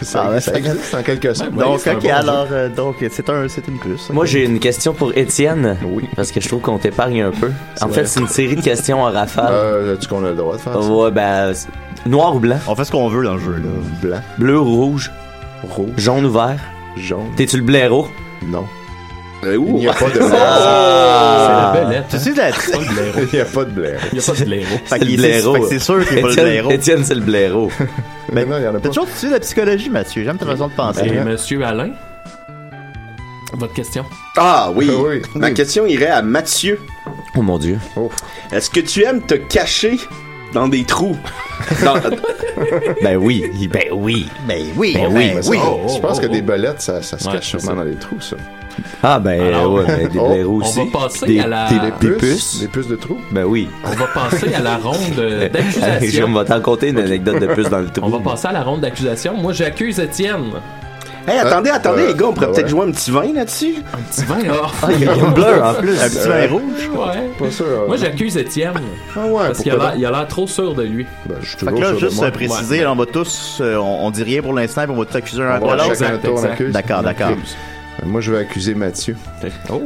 Speaker 4: Ça,
Speaker 1: Ah, ben,
Speaker 4: ça
Speaker 1: ça-
Speaker 4: existe en quelque sorte.
Speaker 3: Ouais,
Speaker 1: donc,
Speaker 3: c'est un
Speaker 1: ok,
Speaker 3: bon
Speaker 1: alors, euh, donc, c'est un, c'est une puce. ok.
Speaker 2: Moi, j'ai une question pour Étienne.
Speaker 4: Oui.
Speaker 2: Parce que je trouve qu'on t'épargne un peu. En
Speaker 3: vrai.
Speaker 2: fait, c'est une série de questions en rafale.
Speaker 4: Euh, tu qu'on a le droit de faire ça?
Speaker 2: Ah. Ouais, ben, c'est- noir ou blanc?
Speaker 1: On fait ce qu'on veut dans le jeu, là.
Speaker 4: Blanc,
Speaker 2: Bleu ou rouge?
Speaker 4: rouge,
Speaker 2: Jaune ou vert?
Speaker 4: jaune.
Speaker 2: T'es-tu le blaireau?
Speaker 4: Non.
Speaker 5: Euh,
Speaker 4: Il
Speaker 5: ouh.
Speaker 4: n'y a pas de blaireau.
Speaker 1: Ah.
Speaker 4: Ah.
Speaker 3: C'est la belette.
Speaker 1: Tu sais, la... fait
Speaker 3: Pas de blaireau.
Speaker 4: Il n'y a pas de blaireau.
Speaker 3: Il n'y a pas de blaireau.
Speaker 1: qu'il est- fait que c'est sûr qu'il est pas le
Speaker 2: Étienne-
Speaker 1: blaireau.
Speaker 2: Étienne, c'est le blaireau.
Speaker 4: Mais non, il n'y en a
Speaker 1: T'as
Speaker 4: pas.
Speaker 1: toujours tu sais, la psychologie, Mathieu. J'aime ta façon de penser.
Speaker 4: Hein?
Speaker 3: Et monsieur Alain, votre question.
Speaker 5: Ah oui.
Speaker 4: Ah oui.
Speaker 5: Ma question irait à Mathieu.
Speaker 2: Oh mon dieu.
Speaker 5: Est-ce que tu aimes te cacher dans des trous? Dans-
Speaker 2: Ben oui, il- ben oui.
Speaker 1: Ben oui,
Speaker 2: Ben oui.
Speaker 1: ben
Speaker 4: Mais ça,
Speaker 1: oui.
Speaker 3: oh,
Speaker 4: je pense
Speaker 3: oh,
Speaker 4: que
Speaker 3: oh.
Speaker 4: des belettes, ça, ça se
Speaker 3: Ouais,
Speaker 4: cache
Speaker 3: c'est
Speaker 4: sûrement
Speaker 3: ça.
Speaker 4: dans les trous, ça.
Speaker 2: Ah ben
Speaker 3: Alors,
Speaker 2: ouais, ben, des
Speaker 4: on-
Speaker 2: blaireaux
Speaker 3: on
Speaker 2: aussi.
Speaker 3: va passer
Speaker 2: des,
Speaker 3: à la-
Speaker 2: des-
Speaker 3: Des
Speaker 2: des puces.
Speaker 4: Des puces de trous.
Speaker 2: Ben oui.
Speaker 3: On va passer à la ronde euh,
Speaker 2: Allez, je
Speaker 3: d'accusation.
Speaker 2: vais t'en conter une anecdote de puce dans le trou.
Speaker 3: On va passer à la ronde d'accusation. Moi, j'accuse Étienne.
Speaker 5: Hey, attendez,
Speaker 4: Ah,
Speaker 5: attendez,
Speaker 4: euh,
Speaker 5: les gars, on pourrait
Speaker 4: ouais.
Speaker 5: peut-être jouer un petit vin là-dessus?
Speaker 3: Un petit vin, off.
Speaker 2: Il y a une bleu en plus.
Speaker 1: Un petit vin rouge.
Speaker 3: ouais.
Speaker 4: Ah, Pas sûr. euh,
Speaker 3: Moi, j'accuse Étienne.
Speaker 4: Ah ouais,
Speaker 3: Parce qu'il a
Speaker 4: pourquoi
Speaker 3: l'air- il a l'air trop sûr de lui.
Speaker 4: pas? Ben, je suis
Speaker 1: Fait
Speaker 4: toujours
Speaker 1: que là,
Speaker 4: sûr de
Speaker 1: juste
Speaker 4: moi.
Speaker 1: euh, préciser, là, on va tous, euh, on, on dit rien pour l'instant, puis on va tous accuser un
Speaker 4: On
Speaker 1: après
Speaker 4: va
Speaker 1: l'autre.
Speaker 4: chacun
Speaker 3: exact,
Speaker 4: tour, on
Speaker 3: exact.
Speaker 4: accuse.
Speaker 1: D'accord, d'accord.
Speaker 4: Moi, je vais accuser Mathieu.
Speaker 3: Oh.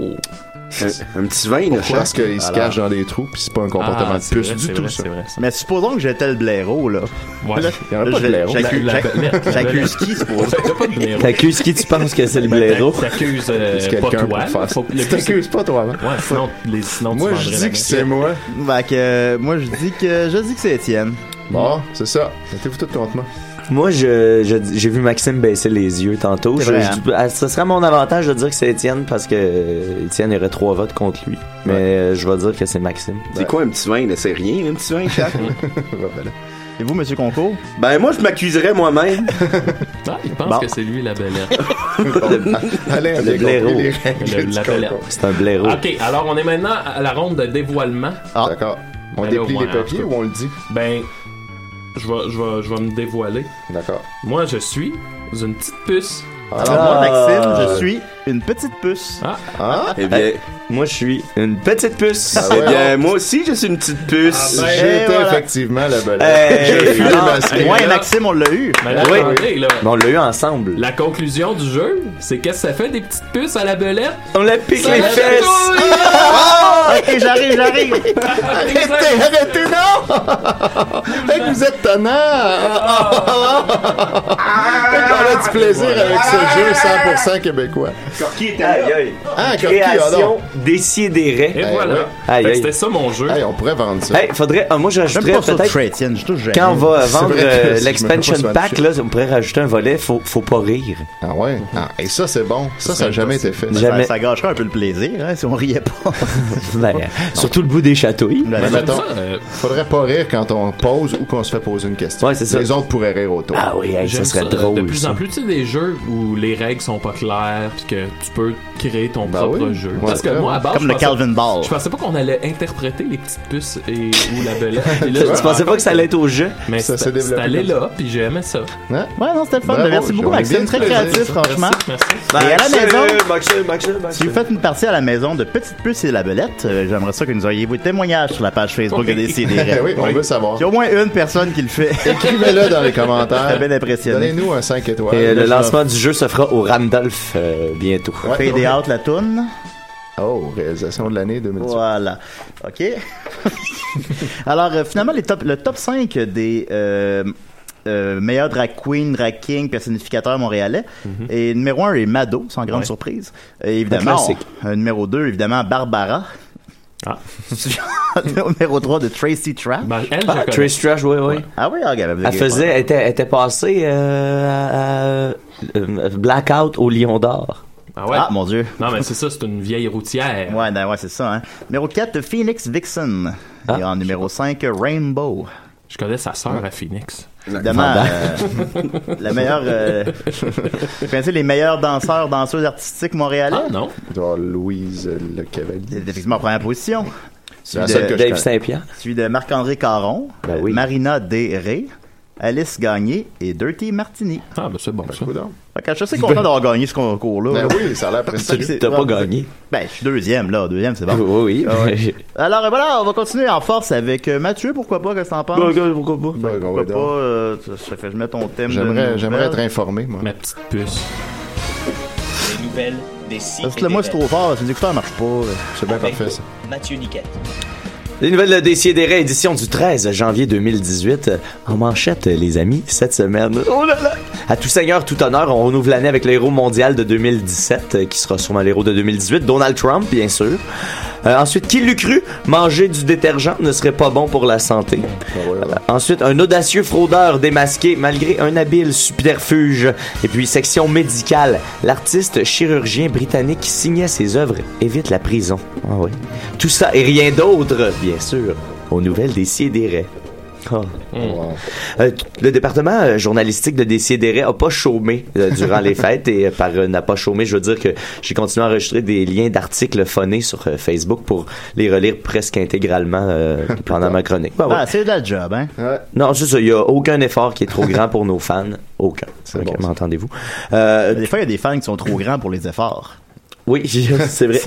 Speaker 5: Un, un petit vin, là,
Speaker 4: Je pense
Speaker 5: chaque.
Speaker 4: qu'il se cache dans des trous, puis c'est pas un comportement
Speaker 3: Ah,
Speaker 4: de
Speaker 3: c'est
Speaker 4: puce
Speaker 3: vrai,
Speaker 4: du
Speaker 3: c'est
Speaker 4: tout,
Speaker 3: vrai,
Speaker 4: ça.
Speaker 3: C'est vrai, ça.
Speaker 1: Mais supposons que j'étais le blaireau, là.
Speaker 3: Ouais.
Speaker 1: Là,
Speaker 4: Il y en a
Speaker 1: là,
Speaker 4: pas
Speaker 1: je-
Speaker 4: de blaireau.
Speaker 1: j'accuse-
Speaker 3: La- la
Speaker 1: j'ac-
Speaker 3: belette.
Speaker 1: J'accuse qui, c'est pour
Speaker 3: T'as pas de blaireau.
Speaker 2: T'accuses qui tu penses que c'est le
Speaker 3: Ben,
Speaker 2: blaireau?
Speaker 3: T'accuses euh,
Speaker 4: C'est
Speaker 3: pas
Speaker 4: quelqu'un
Speaker 3: toi.
Speaker 4: pour faire ça.
Speaker 3: Faut- le
Speaker 4: Tu
Speaker 3: plus, c'est-
Speaker 4: t'accuses pas toi-même.
Speaker 3: Ouais, sinon, les, sinon tu
Speaker 4: Moi,
Speaker 3: vendrais
Speaker 4: je
Speaker 3: la
Speaker 4: dis
Speaker 3: main.
Speaker 4: que c'est moi.
Speaker 1: Fait que, euh, moi, je dis que, je dis que c'est Étienne.
Speaker 4: Bon, c'est ça. Mettez-vous tout contre moi.
Speaker 2: Moi, je, je- j'ai vu Maxime baisser les yeux tantôt.
Speaker 1: C'est
Speaker 2: Je-
Speaker 1: vrai,
Speaker 2: je- ah, ce serait mon avantage de dire que c'est Étienne parce que euh, Étienne aurait trois votes contre lui. Mais euh, je vais dire que c'est Maxime.
Speaker 5: C'est quoi un petit vin? là? C'est rien, un petit vin, chaque?
Speaker 4: Bon, ben là.
Speaker 1: Et vous, monsieur Concours?
Speaker 5: ben, moi, je m'accuserais moi-même.
Speaker 3: Ah, il pense
Speaker 1: Bon.
Speaker 3: que c'est lui la belette.
Speaker 4: Alain
Speaker 2: Le
Speaker 4: a bien
Speaker 2: blaireau.
Speaker 4: compris les règles
Speaker 3: Le-
Speaker 4: du
Speaker 3: la
Speaker 4: concours.
Speaker 3: belette.
Speaker 2: C'est un blaireau.
Speaker 3: ok, alors on est maintenant à la ronde de dévoilement.
Speaker 1: Ah.
Speaker 4: D'accord. On
Speaker 3: Ben là, au
Speaker 4: déplie
Speaker 3: moins,
Speaker 4: les papiers
Speaker 3: en tout
Speaker 4: ou on le dit?
Speaker 3: Ben, je vais, je vais, je vais me dévoiler.
Speaker 4: D'accord.
Speaker 3: Moi, je suis une petite puce.
Speaker 1: Alors,
Speaker 2: Ah.
Speaker 1: moi, Maxime, je suis une petite puce.
Speaker 3: Ah,
Speaker 4: Ah?
Speaker 5: Eh bien,
Speaker 2: Moi, je suis une petite puce.
Speaker 4: Ah
Speaker 5: eh
Speaker 4: ouais,
Speaker 5: bien moi aussi, je suis une petite puce.
Speaker 3: Ah
Speaker 2: Eh,
Speaker 3: ben.
Speaker 4: J'étais
Speaker 1: voilà.
Speaker 4: effectivement la belette.
Speaker 2: Hey!
Speaker 4: J'ai fui les
Speaker 2: Ah,
Speaker 4: masqués.
Speaker 1: Moi et
Speaker 3: là-
Speaker 1: Maxime, on l'a eu.
Speaker 3: mais là,
Speaker 2: Oui.
Speaker 3: attendez, Ben, là.
Speaker 2: Mais on l'a eu ensemble.
Speaker 3: La conclusion du jeu, c'est qu'est-ce que ça fait des petites puces à la belette?
Speaker 2: On la pique
Speaker 3: Ça
Speaker 2: les
Speaker 3: la
Speaker 2: fesses. Ah!
Speaker 3: chatouille!
Speaker 1: Ok, j'arrive, j'arrive.
Speaker 4: Arrêtez, arrêtez, non! Hey, vous êtes tannant!
Speaker 2: Ah.
Speaker 4: On a du plaisir avec ce jeu 100% québécois.
Speaker 3: ben,
Speaker 2: Aïe, aïe.
Speaker 4: Ah, Corky, ah non.
Speaker 2: Création décidérée.
Speaker 3: Et
Speaker 4: Eh, ouais.
Speaker 3: voilà. Fait
Speaker 2: Ben Aïe,
Speaker 3: que
Speaker 2: aïe.
Speaker 3: C'était ça mon jeu.
Speaker 4: Hey, on pourrait vendre ça.
Speaker 2: Hey, faudrait. ah, moi,
Speaker 1: J'aime
Speaker 2: j'ajouterais
Speaker 1: pas ça de
Speaker 2: peut-être.
Speaker 1: Tretienne, je suis tout gêné.
Speaker 2: Quand on va vendre
Speaker 4: vrai que
Speaker 2: euh,
Speaker 4: je me fais
Speaker 2: l'expansion
Speaker 4: pas
Speaker 2: pack,
Speaker 4: swatcher.
Speaker 2: là, on pourrait rajouter un volet. Faut, faut pas rire.
Speaker 4: Ah ouais? Ah, et ça, c'est bon. Ça, ça n'a jamais été fait.
Speaker 1: Ça-
Speaker 2: Jamais.
Speaker 1: Ça, gâcherait un peu le plaisir, hein, si on riait pas.
Speaker 2: Ben, surtout le bout des chatouilles.
Speaker 4: Mais
Speaker 3: J'aime
Speaker 4: mettons,
Speaker 3: ça, euh,
Speaker 4: faudrait pas rire quand on pose ou qu'on se fait poser une question.
Speaker 2: Ouais, c'est ça.
Speaker 4: Les autres pourraient rire autour.
Speaker 2: Ah oui, hey, ça
Speaker 3: J'aime
Speaker 2: serait
Speaker 3: ça, euh,
Speaker 2: drôle.
Speaker 3: De plus
Speaker 2: ça.
Speaker 3: en plus, tu sais, des jeux où les règles sont pas claires, puis que tu peux créer ton
Speaker 4: Ben
Speaker 3: propre
Speaker 4: oui.
Speaker 3: jeu.
Speaker 4: Ouais,
Speaker 3: Parce que
Speaker 4: vraiment.
Speaker 3: moi, à base,
Speaker 1: Comme
Speaker 3: je
Speaker 1: le
Speaker 3: pensais-
Speaker 1: Calvin Ball.
Speaker 3: Je pensais pas qu'on allait interpréter les petites puces et, ou la belette. Et là, je me
Speaker 2: Tu pensais pas que ça allait être au jeu?
Speaker 3: Mais
Speaker 4: Ça
Speaker 3: c'est-
Speaker 4: s'est développé
Speaker 3: c'est allé
Speaker 4: comme ça.
Speaker 3: là, puis j'aimais ça.
Speaker 4: Hein?
Speaker 1: Ouais, oh, non, c'était le fun.
Speaker 4: Bravo,
Speaker 1: Merci beaucoup,
Speaker 4: j'aurais
Speaker 1: Maxime.
Speaker 4: bien
Speaker 1: Très
Speaker 4: plaisir,
Speaker 1: créatif,
Speaker 4: ça.
Speaker 1: franchement.
Speaker 3: Merci.
Speaker 1: Et à la maison,
Speaker 2: Maxime, Maxime,
Speaker 1: si vous faites une partie à la maison de Petite Puce et la Belette, euh, j'aimerais ça que nous ayez vos témoignages sur la page Facebook de
Speaker 4: Eh
Speaker 1: Décidéré.
Speaker 4: oui, on veut savoir.
Speaker 1: Il y a au moins une personne qui le fait.
Speaker 4: Écrivez-le dans les commentaires.
Speaker 1: J'étais bien impressionné.
Speaker 4: Donnez-nous un 5 étoiles.
Speaker 2: Et euh, le lancement du jeu se fera au Randolph euh, bientôt.
Speaker 4: Ouais.
Speaker 1: Fade out la toune.
Speaker 4: Oh, réalisation de l'année 2018.
Speaker 1: Voilà. OK. Alors, euh, finalement, les top, le top 5 des euh, euh, meilleurs drag queens, drag kings, personnificateurs montréalais. Et numéro 1 est Mado, sans grande surprise. Et
Speaker 2: Mhm. Un
Speaker 1: évidemment,
Speaker 2: classique.
Speaker 1: on- euh, numéro 2, évidemment, Barbara.
Speaker 3: Ah.
Speaker 1: numéro 3 de Tracy Trap.
Speaker 3: Ben, elle, je
Speaker 2: Ah,
Speaker 3: connais.
Speaker 2: Trace Trash, oui, oui.
Speaker 1: Ah oui, regarde. vous
Speaker 2: Elle
Speaker 1: avez-
Speaker 2: faisait, elle était, elle était passée euh, à, à, euh, Blackout au Lion d'Or.
Speaker 3: Ah ouais.
Speaker 1: Ah, mon Dieu.
Speaker 3: Non, mais c'est ça, c'est une vieille routière.
Speaker 1: Ouais, ben, ouais c'est ça. Hein. Numéro 4, Phoenix Vixen. Et
Speaker 2: Ah.
Speaker 1: en numéro 5, Rainbow.
Speaker 3: Je connais sa sœur à Phoenix.
Speaker 1: Évidemment, euh, la meilleure. euh, vous connaissez les meilleurs danseurs, danseuses artistiques montréalais?
Speaker 3: Ah non?
Speaker 4: Genre Louise Le Cavalier.
Speaker 1: C'est effectivement en première position.
Speaker 4: C'est la
Speaker 1: de-
Speaker 4: seule que je
Speaker 2: Dave
Speaker 4: connais.
Speaker 2: Saint-Pierre.
Speaker 1: Suivi de Marc-André Caron,
Speaker 2: Ben oui.
Speaker 1: Marina Desré, Alice Gagné et Dirty Martini.
Speaker 3: Ah, ben c'est bon, ça.
Speaker 4: Coudon.
Speaker 1: Fait que je suis assez content d'avoir gagné ce concours-là.
Speaker 4: Ben oui, ça a l'air prestigieux.
Speaker 1: C'est-
Speaker 2: T'as pas
Speaker 1: ouais,
Speaker 2: gagné.
Speaker 1: Ben, je suis deuxième, là. Deuxième, c'est
Speaker 4: Oh.
Speaker 1: bon.
Speaker 2: Oui, oui.
Speaker 1: Ah ouais. Alors, euh, voilà, on va continuer en force avec euh, Mathieu. Pourquoi pas, qu'est-ce que t'en penses?
Speaker 2: pourquoi pas?
Speaker 4: Ben,
Speaker 1: Pourquoi
Speaker 4: ouais,
Speaker 1: pas?
Speaker 4: donc.
Speaker 1: euh, ça ça fait, je mets ton thème. de
Speaker 4: J'aimerais,
Speaker 1: nouvelles.
Speaker 4: j'aimerais être informé, moi.
Speaker 3: Ma petite puce.
Speaker 6: nouvelles des six
Speaker 1: Parce que là, moi, c'est trop fort. Si mes écouteurs marchent pas. euh.
Speaker 2: Mm.
Speaker 4: C'est bien parfait, ça.
Speaker 6: Mathieu Niquette.
Speaker 2: Les nouvelles de Décideret, édition du 13 janvier 2018. euh, En manchette, euh, les amis, cette semaine. Oh là là! À tout seigneur, tout honneur, on ouvre l'année avec le héros mondial de 2017, euh, qui sera sûrement l'héros de 2018, Donald Trump, bien sûr. Euh, ensuite, qui l'eût cru? Manger du détergent ne serait pas bon pour la santé. Euh, ensuite, un audacieux fraudeur démasqué malgré un habile subterfuge. Et puis, section médicale. L'artiste chirurgien britannique qui signait ses œuvres évite la prison. Ah oui. Tout ça et rien d'autre, bien sûr, aux nouvelles des Ah. Sidérés. le département euh, journalistique de Décideret a pas chômé euh, durant les fêtes et euh, par euh, n'a pas chômé, je veux dire que j'ai continué à enregistrer des liens d'articles phonés sur euh, Facebook pour les relire presque intégralement euh, pendant ma chronique. Ouais, ouais.
Speaker 1: Ah, c'est de la job, hein?
Speaker 2: Non, c'est ça. Il n'y a aucun effort qui est trop grand pour nos fans. Aucun. C'est
Speaker 4: Ah, bon, ça.
Speaker 2: M'entendez-vous? Euh,
Speaker 1: Des fois, il y a des fans qui sont trop grands pour les efforts.
Speaker 2: oui, c'est vrai.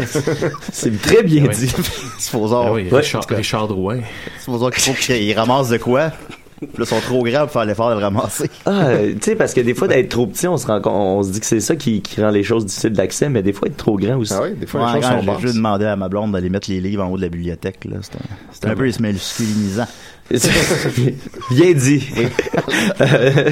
Speaker 2: C'est très bien
Speaker 3: Oui.
Speaker 2: dit.
Speaker 1: Supposons
Speaker 3: Ah oui,
Speaker 2: Oh, Ouais.
Speaker 3: Richard, Richard Drouin.
Speaker 1: supposons qu'il faut qu'ils ramassent de quoi. Puis là, ils sont trop grands pour faire l'effort de le ramasser.
Speaker 2: Ah, euh, tu sais, parce que des fois, d'être trop petit, on se, rend, compte- on se dit que c'est ça qui, qui rend les choses difficiles d'accès, mais des fois, être trop grand aussi.
Speaker 4: Ah oui, des fois,
Speaker 1: Ouais,
Speaker 4: les choses
Speaker 1: quand
Speaker 4: sont
Speaker 1: j'ai juste
Speaker 4: basses.
Speaker 1: demandé à ma blonde d'aller mettre les livres en haut de la bibliothèque. là. C'était c'était un peu ismaélisant.
Speaker 2: Bien dit. Euh,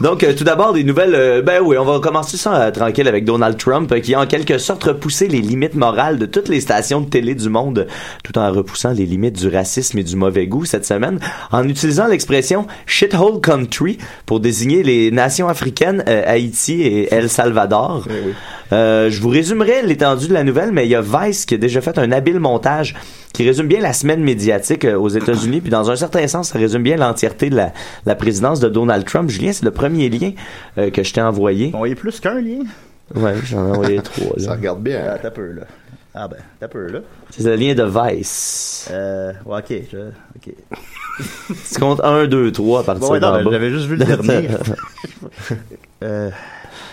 Speaker 2: Donc, euh, tout d'abord, des nouvelles. euh, ben oui, on va commencer ça euh, tranquille avec Donald Trump, euh, qui a en quelque sorte repoussé les limites morales de toutes les stations de télé du monde, tout en repoussant les limites du racisme et du mauvais goût cette semaine, en utilisant l'expression shithole country pour désigner les nations africaines, euh, Haïti et El Salvador. Euh, je vous résumerai l'étendue de la nouvelle, mais il y a Vice qui a déjà fait un habile montage qui résume bien la semaine médiatique euh, aux États-Unis, puis dans un certain sens, ça résume bien l'entièreté de la, la présidence de Donald Trump. Julien, c'est le premier lien euh, que je t'ai envoyé.
Speaker 1: Bon, il y a plus qu'un lien.
Speaker 2: Ouais, j'en ai envoyé trois.
Speaker 4: Ça
Speaker 2: là.
Speaker 4: regarde bien.
Speaker 1: Ah, t'as peu, là. Ah ben, t'as peu, là.
Speaker 2: C'est le lien de Vice.
Speaker 1: Euh, ouais, ok. je- ok.
Speaker 2: Tu comptes un, deux, trois à partir
Speaker 1: Bon, ouais, non,
Speaker 2: d'en
Speaker 1: mais
Speaker 2: bas.
Speaker 1: j'avais juste vu le dernier. euh,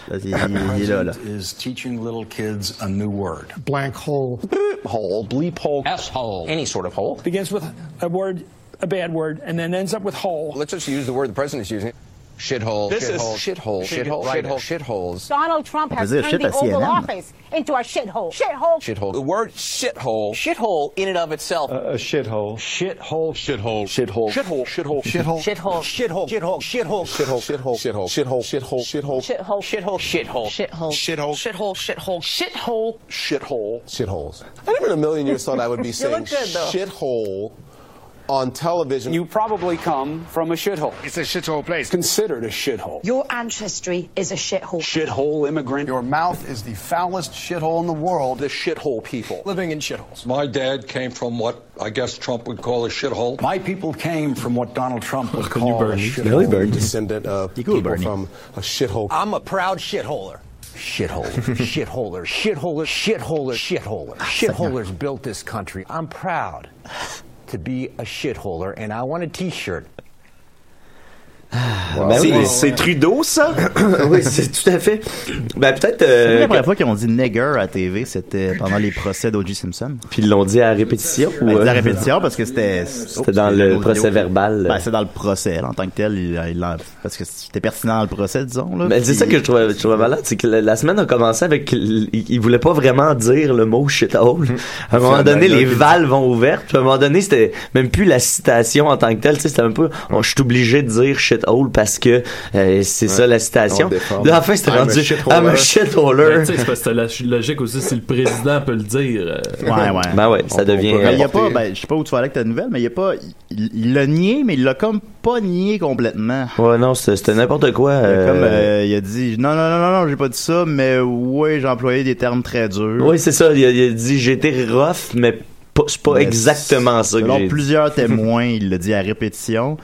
Speaker 1: vas-y, il, il est là, là.
Speaker 7: is teaching little kids a new word.
Speaker 8: blank hole.
Speaker 5: Hole, bleep hole,
Speaker 6: Asshole.
Speaker 5: any sort of hole.
Speaker 8: Begins with a word, a bad word, and then ends up with hole.
Speaker 9: Let's just use the word the president's using. Shithole.
Speaker 5: This is-
Speaker 9: shithole. Shithole. Shithole. Shithole. Shitholes.
Speaker 10: Donald Trump
Speaker 1: has
Speaker 10: has
Speaker 1: Brazil
Speaker 10: turned
Speaker 1: turned shit the
Speaker 10: the
Speaker 1: at Oval
Speaker 10: Oval
Speaker 1: CNN.
Speaker 10: Office into a shithole. Shithole.
Speaker 9: Shithole. The word shithole. Shithole in and of itself.
Speaker 7: A shithole. Shithole. Shithole.
Speaker 9: Shithole. Shithole. Shithole. Shithole.
Speaker 10: Shithole.
Speaker 9: Shithole. Shithole. Shithole. Shithole. Shithole. Shithole. Shithole. Shithole. Shithole.
Speaker 10: Shithole.
Speaker 9: Shithole. Shithole.
Speaker 10: Shithole.
Speaker 9: Shithole.
Speaker 10: Shithole. Shithole. Shithole.
Speaker 9: Shithole. Shitholes. I never in a million years thought I would be saying
Speaker 10: look good, though.
Speaker 9: shithole on television. You probably come from a shithole.
Speaker 7: It's a shithole place.
Speaker 9: Considered a shithole.
Speaker 10: Your ancestry is a shithole.
Speaker 9: Shithole immigrant.
Speaker 7: Your mouth is the foulest shithole in the world.
Speaker 9: The shithole people. Living in shitholes.
Speaker 7: My dad came from what I guess Trump would call a shithole. My people came from what Donald Trump would
Speaker 3: Can you
Speaker 7: call a
Speaker 3: burn me?
Speaker 7: shithole.
Speaker 2: Really, Ben Bernie?
Speaker 9: Descendant of
Speaker 1: You cool,
Speaker 9: uh, people
Speaker 1: Bernie.
Speaker 9: from a shithole.
Speaker 7: I'm a proud shitholer. Shitholer, shitholer, shitholer, shitholer, shitholer. Shitholers built this country. I'm proud to be a shitholer, and I want a T-shirt.
Speaker 2: Ben
Speaker 4: Ah,
Speaker 2: oui,
Speaker 5: ah, C'est c'est Trudeau, ça?
Speaker 2: Ah oui, c'est tout à fait. Ben peut-être.
Speaker 1: C'est
Speaker 2: euh,
Speaker 1: la première fois qu'ils ont dit nigger à TV, c'était pendant les procès d'O.J. Simpson.
Speaker 2: Puis ils l'ont dit à répétition ou
Speaker 1: Ben, c'est la
Speaker 2: euh,
Speaker 1: répétition parce que c'était. C'était
Speaker 2: dans le procès-verbal.
Speaker 1: Ben, c'est dans le procès, là, en tant que tel. il- il l'a- parce que c'était pertinent dans le procès, disons. Là,
Speaker 2: Ben, c'est
Speaker 1: Puis-
Speaker 2: ça que je trouvais, je trouvais malade, c'est que la, la semaine a commencé avec, l- il, il voulait pas vraiment dire le mot shithole. À un moment donné, les valves ont ouvert, puis à un moment donné, c'était même plus la citation en tant que telle, tu sais, c'était un peu, oh, je suis obligé de dire shithole parce que euh, c'est ça la citation.
Speaker 4: On déforme.
Speaker 2: Là, enfin, c'était
Speaker 4: I'm a
Speaker 2: rendu,
Speaker 4: shitholer.
Speaker 2: I'm a
Speaker 3: Ben,
Speaker 2: shitholer.
Speaker 3: tu sais, c'est parce que c'est la logique aussi, si le président peut le dire. euh,
Speaker 1: Ouais, ouais.
Speaker 2: Ben ouais, ça
Speaker 4: On- on
Speaker 2: devient.
Speaker 4: peut
Speaker 1: Mais il y a pas,
Speaker 4: Apporter-
Speaker 1: ben, je sais pas où tu vas aller avec ta nouvelle, mais il y a pas, il il l'a nié, mais il l'a comme pas nié complètement.
Speaker 2: Ouais, non, c'était c'était n'importe quoi. euh,
Speaker 1: Comme euh, il a dit, non, non, non, non, non, j'ai pas dit ça, mais ouais, j'ai employé des termes très durs.
Speaker 2: Oui, c'est ça, il a, il a dit, j'étais rough, mais pas- c'est pas
Speaker 1: Mais
Speaker 2: exactement ça que
Speaker 1: Selon
Speaker 2: j'ai dit.
Speaker 1: plusieurs témoins, il l'a dit à répétition.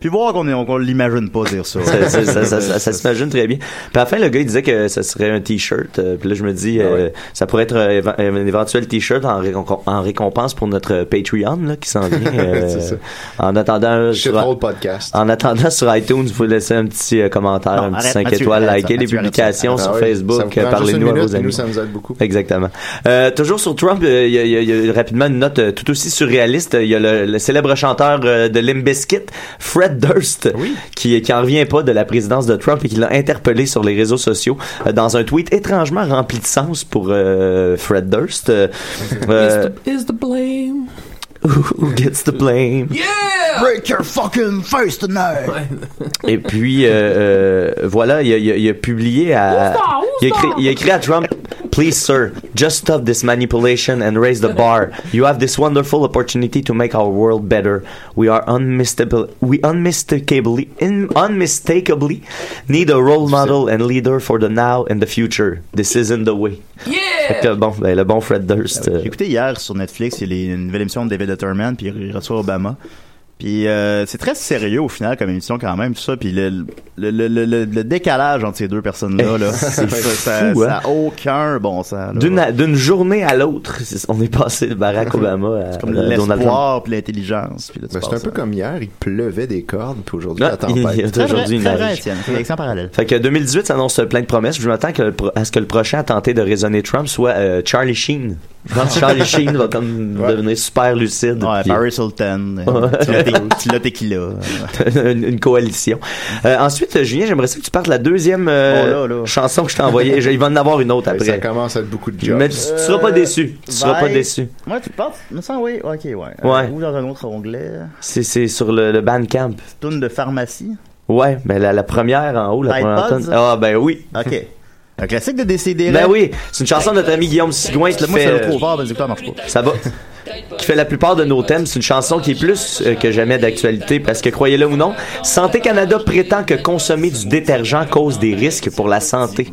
Speaker 1: Puis voir qu'on est- qu'on l'imagine pas dire ça.
Speaker 2: ça, ça- ça- ça- ça- ça s'imagine très bien. Puis à la fin, le gars, il disait que ça serait un t-shirt. Euh, Puis là, je me dis,
Speaker 4: Ah
Speaker 2: euh, ça pourrait être euh, éve- un éventuel t-shirt en, récon- en récompense pour notre euh, Patreon là, qui s'en vient. euh,
Speaker 4: C'est ça.
Speaker 2: en attendant, euh, sur-
Speaker 4: Shithole podcast.
Speaker 2: en attendant sur iTunes, vous pouvez laisser un petit euh, commentaire,
Speaker 1: Non,
Speaker 2: un petit
Speaker 1: arrête,
Speaker 2: 5
Speaker 1: Mathieu,
Speaker 2: étoiles,
Speaker 1: arrête ça,
Speaker 2: liker les
Speaker 1: Mathieu, arrête
Speaker 2: publications
Speaker 4: Ah
Speaker 2: sur
Speaker 4: oui, ça vous
Speaker 2: Facebook,
Speaker 4: prend
Speaker 2: euh,
Speaker 4: juste une
Speaker 2: parlez-nous à
Speaker 4: minute,
Speaker 2: vos
Speaker 4: puis
Speaker 2: amis.
Speaker 4: Nous, ça nous aide beaucoup.
Speaker 2: Exactement. Euh, toujours sur Trump, euh, il y, a- il y a- il y a rapidement une note euh, tout aussi surréaliste. Il y a le, le célèbre chanteur euh, de Limbiskit, Fred Durst, qui, qui en revient pas de la présidence de Trump et qui l'a interpellé sur les réseaux sociaux euh, dans un tweet étrangement rempli de sens pour euh, Fred Durst. Euh, euh,
Speaker 3: is the blame?
Speaker 2: Who gets the blame?
Speaker 3: Yeah!
Speaker 11: Break your fucking face tonight!
Speaker 2: Et puis, euh, euh, voilà, il a, il a- il a publié à. Il a, écrit, il a écrit à Trump Please, sir, just stop this manipulation and raise the bar. You have this wonderful opportunity to make our world better. We are unmistakable. We unmistakably, in, unmistakably need a role model and leader for the now and the future. This isn't the way. Fait que bon, ben, le bon Fred Durst. euh,
Speaker 1: J'ai écouté hier sur Netflix, il y a une nouvelle émission de David Letterman, puis il reçoit Obama. Puis euh, c'est très sérieux au final comme émission quand même, tout ça. Puis le, le, le, le- le- le décalage entre ces deux personnes-là, là,
Speaker 2: Eh, C'est
Speaker 1: ça-
Speaker 2: fou,
Speaker 1: ça
Speaker 2: hein?
Speaker 1: ça a aucun bon sens. là.
Speaker 2: D'une à- d'une journée à l'autre, c'est- on est passé de Barack Obama à
Speaker 1: C'est comme
Speaker 2: euh, Donald Trump.
Speaker 1: l'espoir puis l'intelligence. puis là, tu
Speaker 4: Ben, c'est un
Speaker 1: passes
Speaker 4: peu
Speaker 1: à-
Speaker 4: comme hier, il pleuvait des cordes, puis aujourd'hui,
Speaker 2: Ouais,
Speaker 5: Ah,
Speaker 4: la
Speaker 2: Ah, il y a
Speaker 4: tempête.
Speaker 2: aujourd'hui une neige.
Speaker 1: parallèle.
Speaker 2: Fait que 2018 s'annonce plein de promesses. Je m'attends que le pro- à ce que le prochain à tenter de raisonner Trump soit euh, Charlie Sheen. Je pense que Charlie Sheen va comme devenir super lucide.
Speaker 1: Ouais, Paris Hilton, euh, Tila Tequila.
Speaker 2: une, une coalition. Euh, ensuite, euh, Julien, j'aimerais ça que tu partes la deuxième euh,
Speaker 1: Oh là, là.
Speaker 2: chanson que je t'ai envoyée. Je- Il va en avoir une autre après.
Speaker 1: ça
Speaker 4: commence à être beaucoup de
Speaker 1: jobs.
Speaker 2: Mais tu, tu seras pas
Speaker 1: Euh,
Speaker 2: déçu. Tu seras pas
Speaker 1: Vibe.
Speaker 2: déçu.
Speaker 1: Ouais, tu penses? Me sens, oui. Ok, ouais.
Speaker 2: Ouais.
Speaker 1: Ou dans un autre onglet.
Speaker 2: C'est c'est sur le, le Bandcamp.
Speaker 1: Tune de pharmacie.
Speaker 2: Ouais, ben la, la première en haut, la première
Speaker 1: iPods?
Speaker 2: tonne. Ah ben oui.
Speaker 1: Ok. Un classique de DCD.
Speaker 2: Ben oui, c'est une chanson de notre ami Guillaume Sigouin qui
Speaker 1: Moi, c'est ben,
Speaker 2: fait. Ben,
Speaker 1: le trop fort, mes écouteurs marchent pas.
Speaker 2: Ça va. Qui fait la plupart de nos thèmes. C'est une chanson qui est plus euh, que jamais d'actualité parce que, croyez-le ou non, Santé Canada prétend que consommer du détergent cause des risques pour la santé.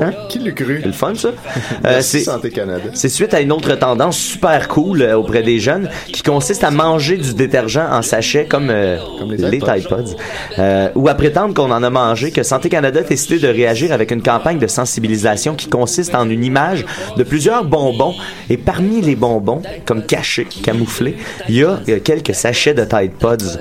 Speaker 2: Hein?
Speaker 4: Qui l'a cru?
Speaker 2: C'est le fun, ça? Euh,
Speaker 4: Merci,
Speaker 2: c'est-
Speaker 4: Santé Canada.
Speaker 2: c'est suite à une autre tendance super cool euh, auprès des jeunes qui consiste à manger du détergent en sachet comme, euh, les,
Speaker 4: iPods.
Speaker 2: Tide Pods euh, ou à prétendre qu'on en a mangé que Santé Canada a décidé de réagir avec une campagne de sensibilisation qui consiste en une image de plusieurs bonbons et parmi les bonbons comme cachés, camouflés, il y a euh, quelques sachets de Tide Pods.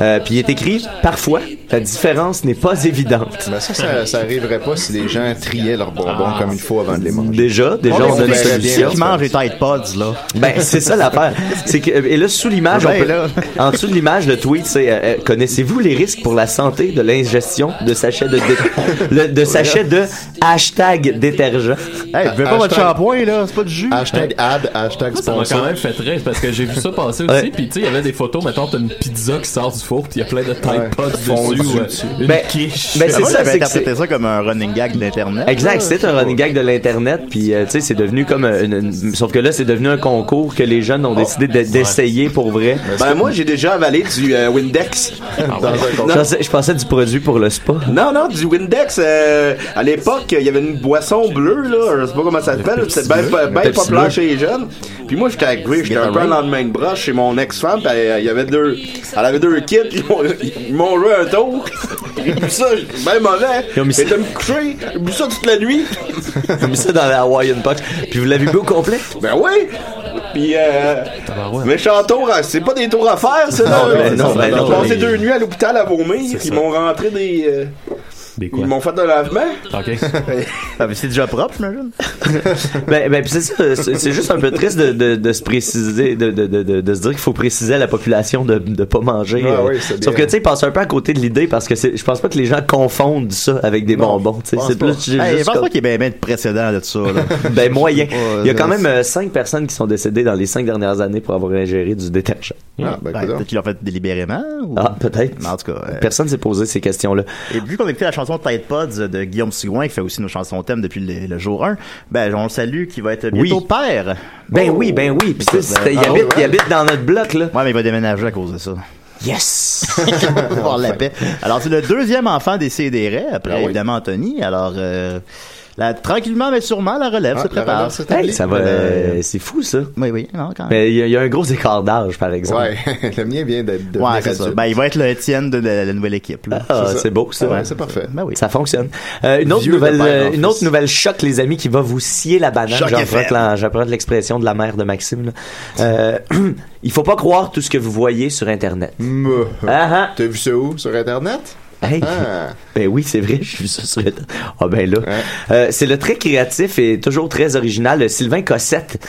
Speaker 2: Euh, Puis il est écrit parfois la différence n'est pas évidente.
Speaker 4: Mais ça, ça, ça arriverait pas si les gens triaient leurs bonbons comme il faut avant de les manger.
Speaker 2: Déjà, déjà, on a une
Speaker 4: verrait bien
Speaker 2: solution.
Speaker 4: ça.
Speaker 1: Mange les Tide Pods, là.
Speaker 2: Ben, c'est ça l'affaire. C'est que, euh, et là, sous l'image, on
Speaker 1: Ben
Speaker 2: peut-
Speaker 1: là.
Speaker 2: en dessous de l'image, le tweet, c'est euh, euh, Connaissez-vous les risques pour la santé de l'ingestion de sachets de, dé- le- de, sachets de hashtag détergent
Speaker 1: Hey,
Speaker 4: buvez pas votre Hashtag-
Speaker 1: shampoing, là, c'est pas du jus.
Speaker 4: Hashtag ad, hashtag
Speaker 3: Ah, Ça m'a
Speaker 4: sponsor.
Speaker 3: quand même fait rire parce que j'ai vu ça passer aussi. Puis tu sais, il y avait des photos. Mettons, t'as une pizza qui sort du four, puis il y a plein de Tide Pods
Speaker 1: Fondu.
Speaker 3: dessus. ou, euh, une
Speaker 2: Ben,
Speaker 3: quiche.
Speaker 2: ben, c'est
Speaker 1: Moi,
Speaker 2: ça,
Speaker 1: j'avais
Speaker 2: c'est que
Speaker 1: interprété ça comme un running gag de l'Internet.
Speaker 2: Exact,
Speaker 1: là.
Speaker 2: c'est un running gag de l'Internet, puis euh, tu sais, c'est devenu comme euh, une, une- Sauf que là, c'est devenu un concours que les jeunes ont décidé de- d'essayer pour vrai.
Speaker 5: Ben moi j'ai déjà avalé du euh, Windex.
Speaker 2: Dans un concours. Je pensais- je pensais du produit pour le spa.
Speaker 5: Non, non, du Windex. euh, à l'époque, il y avait une boisson bleue, là. Je sais pas comment ça s'appelle. C'était bien
Speaker 4: Le Pepsi bleu.
Speaker 5: populaire chez les jeunes. Puis moi, j'étais agri, j'étais un peu un lendemain de broche chez mon ex-femme. Puis elle, il y avait deux, elle avait deux kids. Ils m'ont- ils m'ont joué un tour. J'ai bu ça, ben mauvais.
Speaker 2: Ils ont mis ça-
Speaker 5: J'étais me coucher. J'ai bu ça toute la nuit.
Speaker 2: J'ai mis ça dans la Hawaiian Punch. Puis vous l'avez bu au complet?
Speaker 5: Ben oui! Puis, euh, méchant tour, hein, c'est pas des tours à faire, ça, là.
Speaker 2: Non, ben non, ben non,
Speaker 5: J'ai passé
Speaker 2: mais-
Speaker 5: deux nuits à l'hôpital à vomir, ils m'ont rentré des... euh, ils m'ont fait un lavement.
Speaker 3: OK.
Speaker 1: Ah, mais c'est déjà propre, j'imagine.
Speaker 2: ben, ben, pis c'est ça, c'est c'est juste un peu triste de, de, de se préciser, de, de, de, de, de se dire qu'il faut préciser à la population de ne pas manger.
Speaker 4: Ah
Speaker 2: euh.
Speaker 4: oui, c'est bien.
Speaker 2: Sauf que, tu sais, passe un peu à côté de l'idée parce que c'est- je pense pas que les gens confondent ça avec des bonbons. tu sais.
Speaker 1: pense
Speaker 2: C'est
Speaker 1: pas.
Speaker 2: plus j'ai
Speaker 1: Hey, je
Speaker 2: juste
Speaker 1: pense
Speaker 2: comme-
Speaker 1: pas qu'il y ait bien ben de précédent de ça, là.
Speaker 2: ben moyen.
Speaker 1: Ouais,
Speaker 2: Il y a quand
Speaker 1: là,
Speaker 2: même euh, cinq personnes qui sont décédées dans les cinq dernières années pour avoir ingéré du détergent.
Speaker 4: Ah, ben,
Speaker 1: Ben,
Speaker 4: coudonc.
Speaker 1: Peut-être qu'ils l'ont fait délibérément. Ou...
Speaker 2: Ah, peut-être.
Speaker 1: Mais en tout cas. euh,
Speaker 2: Personne s'est posé ces questions-là.
Speaker 1: Et vu qu'on écoutait la chanson Tide Pods de Guillaume Sigouin, qui fait aussi nos chansons thème depuis le, le jour 1, ben on le salue, qui va être bientôt
Speaker 2: Oui.
Speaker 1: père.
Speaker 2: Ben
Speaker 1: Oh.
Speaker 2: oui, ben oui. Puis tu sais,
Speaker 1: Ben,
Speaker 2: c'était- il,
Speaker 1: ah,
Speaker 2: habite, il
Speaker 1: ouais.
Speaker 2: habite dans notre bloc, là.
Speaker 1: Ouais, mais il va déménager à cause de ça.
Speaker 2: Yes!
Speaker 1: Pour avoir la paix. Alors, c'est le deuxième enfant des CDR, après
Speaker 4: Ah oui.
Speaker 1: évidemment Anthony. Alors, euh, la- tranquillement mais sûrement, la relève
Speaker 4: Ah,
Speaker 1: se
Speaker 4: la
Speaker 1: prépare.
Speaker 4: relève s'établit.
Speaker 2: Hey, ça va. euh, c'est fou, ça.
Speaker 1: Oui, oui, non, quand même.
Speaker 2: Mais il y, a- il y a un gros écart d'âge, par exemple.
Speaker 4: Ouais, le mien vient d'être devenu
Speaker 1: Ouais, c'est ça.
Speaker 4: adulte.
Speaker 1: Ben, il va être le Étienne de la, la nouvelle équipe. Là.
Speaker 2: Ah,
Speaker 4: C'est ça.
Speaker 2: c'est beau, ça.
Speaker 4: Ouais, c'est parfait.
Speaker 1: Ben oui.
Speaker 2: Ça fonctionne. Euh, une autre
Speaker 4: Vieux
Speaker 2: nouvelle,
Speaker 4: de père
Speaker 2: euh,
Speaker 4: en
Speaker 2: une autre
Speaker 4: fils.
Speaker 2: nouvelle choc, les amis, qui va vous scier la banane.
Speaker 1: Choc
Speaker 2: J'apprends
Speaker 1: FM.
Speaker 2: que la- J'apprends de l'expression de la mère de Maxime. là. Euh,
Speaker 4: Mm.
Speaker 2: il faut pas croire tout ce que vous voyez sur Internet.
Speaker 4: Meuh.
Speaker 2: Ah, ah.
Speaker 4: T'as vu ça où? Sur Internet? Ah!
Speaker 2: Hey. Ben oui, c'est vrai, j'ai vu ça sur le- Ah ben là. Euh, c'est le très créatif et toujours très original de Sylvain Cossette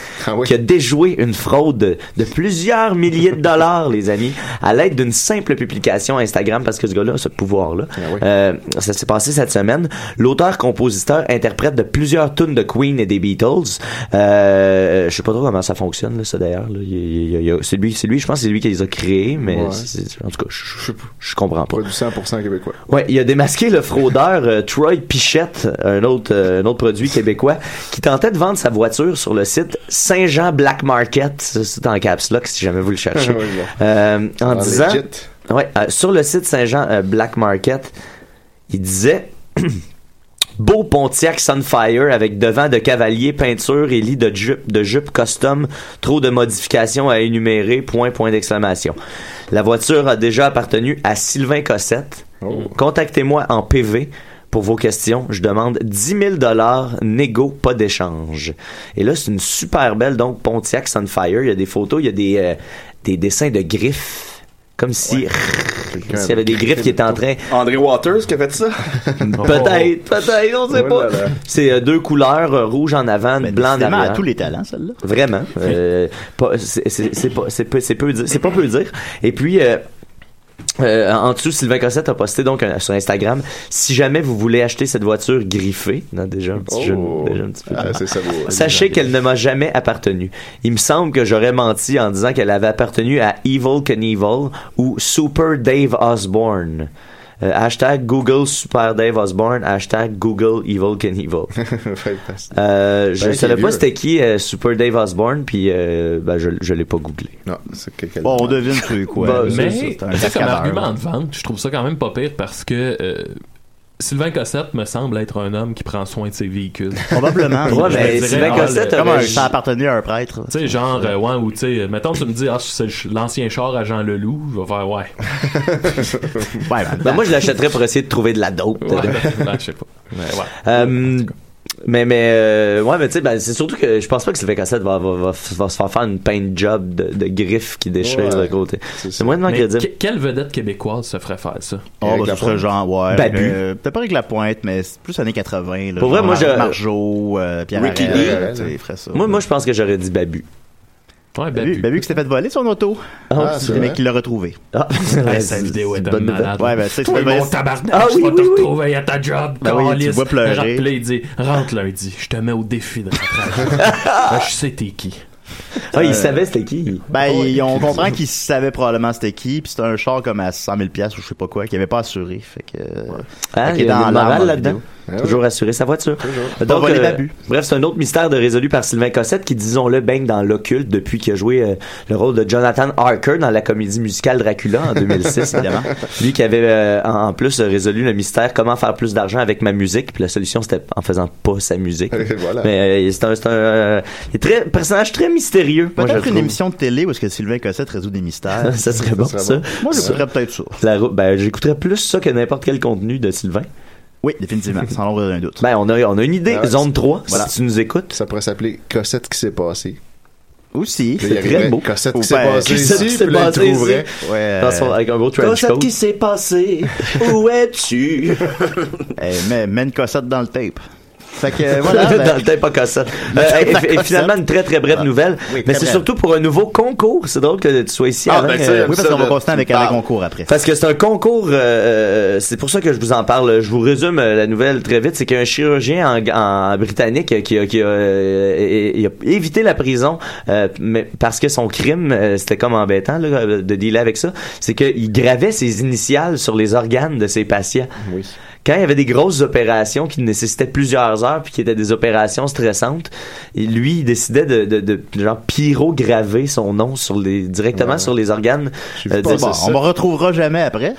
Speaker 2: qui a déjoué une fraude de plusieurs milliers de dollars, les amis, à l'aide d'une simple publication Instagram parce que ce gars-là a ce pouvoir-là. Euh, ça s'est passé cette semaine. L'auteur, compositeur, interprète de plusieurs tunes de Queen et des Beatles. Euh, je sais pas trop comment ça fonctionne, là, ça d'ailleurs. là. Il- il- il- il- C'est lui, c'est lui, je pense que c'est lui qui les a créés, mais
Speaker 4: Ouais.
Speaker 2: c'est- c'est- en tout cas, je, je- je comprends pas.
Speaker 4: Pas du 100% québécois.
Speaker 2: Ouais, il a démasqué le fraudeur euh, Troy Pichette, un autre, euh, un autre produit québécois, qui tentait de vendre sa voiture sur le site Saint-Jean Black Market, ça, c'est en caps lock si jamais vous le cherchez,
Speaker 4: Ouais, ouais.
Speaker 2: Euh, en
Speaker 4: Ah,
Speaker 2: disant...
Speaker 4: legit.
Speaker 2: Ouais, euh, sur le site Saint-Jean euh, Black Market, il disait... Beau Pontiac Sunfire avec devant de cavalier, peinture et lit de jupe, de jupe custom, trop de modifications à énumérer, point, point d'exclamation. La voiture a déjà appartenu à Sylvain Cossette. Contactez-moi en PV pour vos questions. Je demande 10 000 dollars, négo, pas d'échange. Et là, c'est une super belle, donc, Pontiac Sunfire. Il y a des photos, il y a des, euh, des dessins de griffes. Comme si, comme s'il y avait des griffes qui étaient en train
Speaker 5: André Waters qui a fait ça?
Speaker 2: Peut-être, peut-être, on sait
Speaker 5: Oh
Speaker 2: pas.
Speaker 5: là là.
Speaker 2: C'est euh, deux couleurs, euh, rouge en avant, blanc en
Speaker 1: décidément,
Speaker 2: arrière.
Speaker 1: à tous les talents, celle-là.
Speaker 2: Vraiment. euh, pas- c'est c'est- c'est pas c'est peu- c'est peu dire- c'est pas peu dire. Et puis. euh, euh, en dessous, Sylvain Cossette a posté donc un- sur Instagram si jamais vous voulez acheter cette voiture griffée, non, déjà un petit jeu
Speaker 5: Oh.
Speaker 2: de- déjà un petit peu de-
Speaker 4: Ah, c'est savoureux.
Speaker 2: Sachez qu'elle ne m'a jamais appartenu. Il me semble que j'aurais menti en disant qu'elle avait appartenu à Evil Knievel ou Super Dave Osborne. Euh, hashtag Google Super Dave Osborne, hashtag Google Evil Knievel. Euh, je
Speaker 4: Ben,
Speaker 2: ne savais
Speaker 4: c'est
Speaker 2: pas
Speaker 4: vieux.
Speaker 2: c'était qui euh, Super Dave Osborne, puis euh, ben, je ne l'ai pas googlé.
Speaker 4: Non, c'est quelqu'un.
Speaker 1: Bon, on devine plus quoi.
Speaker 2: Bah,
Speaker 1: C'est-
Speaker 3: Mais
Speaker 1: c'est un
Speaker 3: tu sais, comme
Speaker 1: cascadeur,
Speaker 3: argument
Speaker 1: là.
Speaker 3: de vente, je trouve ça quand même pas pire parce que euh, Sylvain Cossette me semble être un homme qui prend soin de ses véhicules.
Speaker 1: Probablement.
Speaker 3: Je me dirais, ah, le-
Speaker 1: Comme un- ça appartenait à un prêtre.
Speaker 3: Tu sais, genre, euh, ouais, ou tu sais, mettons, tu me dis, ah, c'est le ch- l'ancien char à Jean Leloup, je vais faire, ouais.
Speaker 1: ouais,
Speaker 4: Bah,
Speaker 2: Ben, moi, je l'achèterais pour essayer de trouver de la dope.
Speaker 3: ben, ben, je sais pas. Mais ouais.
Speaker 2: Euh, mais mais euh, ouais mais tu sais ben, c'est surtout que je pense pas que Sylvain Cossette va, va, va, va se faire faire une paint job de, de griffes qui déchire
Speaker 3: Ouais.
Speaker 2: de côté c'est moins de
Speaker 3: Mais
Speaker 2: crédible
Speaker 3: que- quelle vedette québécoise se ferait faire ça?
Speaker 1: Oh, bah, ce serait genre, ouais.
Speaker 3: Babu.
Speaker 1: euh, Peut-être pas avec la pointe, mais c'est plus années 80. Là,
Speaker 2: Pour vrai,
Speaker 1: genre
Speaker 2: moi, je-
Speaker 1: Marjo, euh, Pierre
Speaker 2: Ricky
Speaker 1: Harel,
Speaker 2: Lee.
Speaker 1: euh, tu sais, il ferait ça.
Speaker 2: moi moi je pense que j'aurais dit Babu
Speaker 3: ouais
Speaker 1: Babu. Babu qui s'était fait voler son auto.
Speaker 2: Bah, Ah, c'est
Speaker 1: c'est le mec
Speaker 2: vrai.
Speaker 1: qui l'a retrouvé.
Speaker 2: Ah,
Speaker 3: Ouais, cette vidéo est de
Speaker 1: Eh, bonne
Speaker 3: malade.
Speaker 1: nouvelle. Ouais, ben, tu sais, tu
Speaker 3: Toi,
Speaker 1: fais-
Speaker 3: mon
Speaker 1: ben,
Speaker 3: tabarnak,
Speaker 1: Ah
Speaker 3: je
Speaker 1: oui,
Speaker 3: vais te
Speaker 1: oui, oui.
Speaker 3: retrouver à ta job,
Speaker 1: Ben oui, tu
Speaker 3: câlisse.
Speaker 1: vois pleurer.
Speaker 3: Rentre, puis là, il dit, rentre lundi, je te mets au défi de rentrer. Ah, Je sais t'es qui.
Speaker 2: ah il
Speaker 1: Euh,
Speaker 2: savait c'était qui
Speaker 1: Ben, ils- on comprend qu'ils savaient probablement c'était qui, puis c'était un char comme à 100 000 piastres ou je sais pas quoi, qui avait pas assuré, fait que...
Speaker 2: Hein,
Speaker 1: fait qu'il
Speaker 2: il y
Speaker 1: est
Speaker 2: a
Speaker 1: en larmes
Speaker 2: une morale
Speaker 1: dans la
Speaker 2: là-dedans.
Speaker 1: vidéo.
Speaker 2: Toujours assurer sa voiture.
Speaker 1: Pas voler Babu.
Speaker 2: euh, bref, c'est un autre mystère de résolu par Sylvain Cossette qui, disons-le, baigne dans l'occulte depuis qu'il a joué euh, le rôle de Jonathan Harker dans la comédie musicale Dracula en 2006, évidemment. Lui qui avait euh, en en plus euh, résolu le mystère comment faire plus d'argent avec ma musique, puis la solution c'était en faisant pas sa musique.
Speaker 4: Voilà.
Speaker 2: Mais euh, c'est un, c'est un, euh, il est très, personnage très mystérieux. moi, je
Speaker 1: Peut-être une
Speaker 2: trouve.
Speaker 1: émission de télé où est-ce que Sylvain Cossette résout des mystères.
Speaker 2: ça serait bon, ça.
Speaker 1: Moi, j'écouterais peut-être ça.
Speaker 2: La roue- ben, j'écouterais plus ça que n'importe quel contenu de Sylvain.
Speaker 1: Oui, définitivement, sans l'ombre d'un doute.
Speaker 2: Ben, on a, on a une idée.
Speaker 4: Ah ouais,
Speaker 2: Zone
Speaker 4: c'est-
Speaker 2: 3,
Speaker 4: voilà.
Speaker 2: si tu nous écoutes.
Speaker 4: Ça pourrait s'appeler Cossette qui s'est passé.
Speaker 2: Ben,
Speaker 1: Aussi,
Speaker 4: Il arriverait, Cossette qui s'est passé ici,
Speaker 2: qui s'est
Speaker 4: puis là, il
Speaker 2: passé
Speaker 4: trouverait.
Speaker 2: ici.
Speaker 1: Ouais.
Speaker 2: Dans son- avec un beau trench
Speaker 1: Cossette
Speaker 2: coat.
Speaker 1: qui
Speaker 2: euh, s'est passé? Où es-tu?
Speaker 1: Eh, mais mets une Cossette dans le tape. Fait que, voilà.
Speaker 2: dans
Speaker 1: ben,
Speaker 2: le temps, pas Cossette. Euh,
Speaker 1: Dans le
Speaker 2: et,
Speaker 1: temps, pas
Speaker 2: et- et finalement,
Speaker 1: Cossette.
Speaker 2: une très très brève
Speaker 1: Ah.
Speaker 2: nouvelle.
Speaker 1: Oui,
Speaker 2: mais
Speaker 1: très
Speaker 2: c'est
Speaker 1: brève.
Speaker 2: surtout pour un nouveau concours. C'est drôle que tu sois ici.
Speaker 5: Ah,
Speaker 2: Alain.
Speaker 5: ben, ça,
Speaker 2: Euh,
Speaker 5: j'aime
Speaker 1: oui, parce qu'on va
Speaker 5: là,
Speaker 1: continuer avec
Speaker 5: tu
Speaker 1: un
Speaker 5: parles.
Speaker 1: concours après.
Speaker 2: Parce que c'est un concours, euh, euh, c'est pour ça que je vous en parle. Je vous résume euh, la nouvelle très vite. C'est qu'un chirurgien en, en britannique euh, qui a, qui a, euh, é- é- il a évité la prison euh, mais parce que son crime, euh, c'était comme embêtant là, de dealer avec ça, c'est qu'il gravait ses initiales sur les organes de ses patients. Quand il y avait des grosses opérations qui nécessitaient plusieurs heures puis qui étaient des opérations stressantes, et lui, il décidait de, de, de, genre pyrograver son nom sur les, directement sur les organes. euh,
Speaker 1: Bon,
Speaker 2: de-
Speaker 1: on me retrouvera jamais après.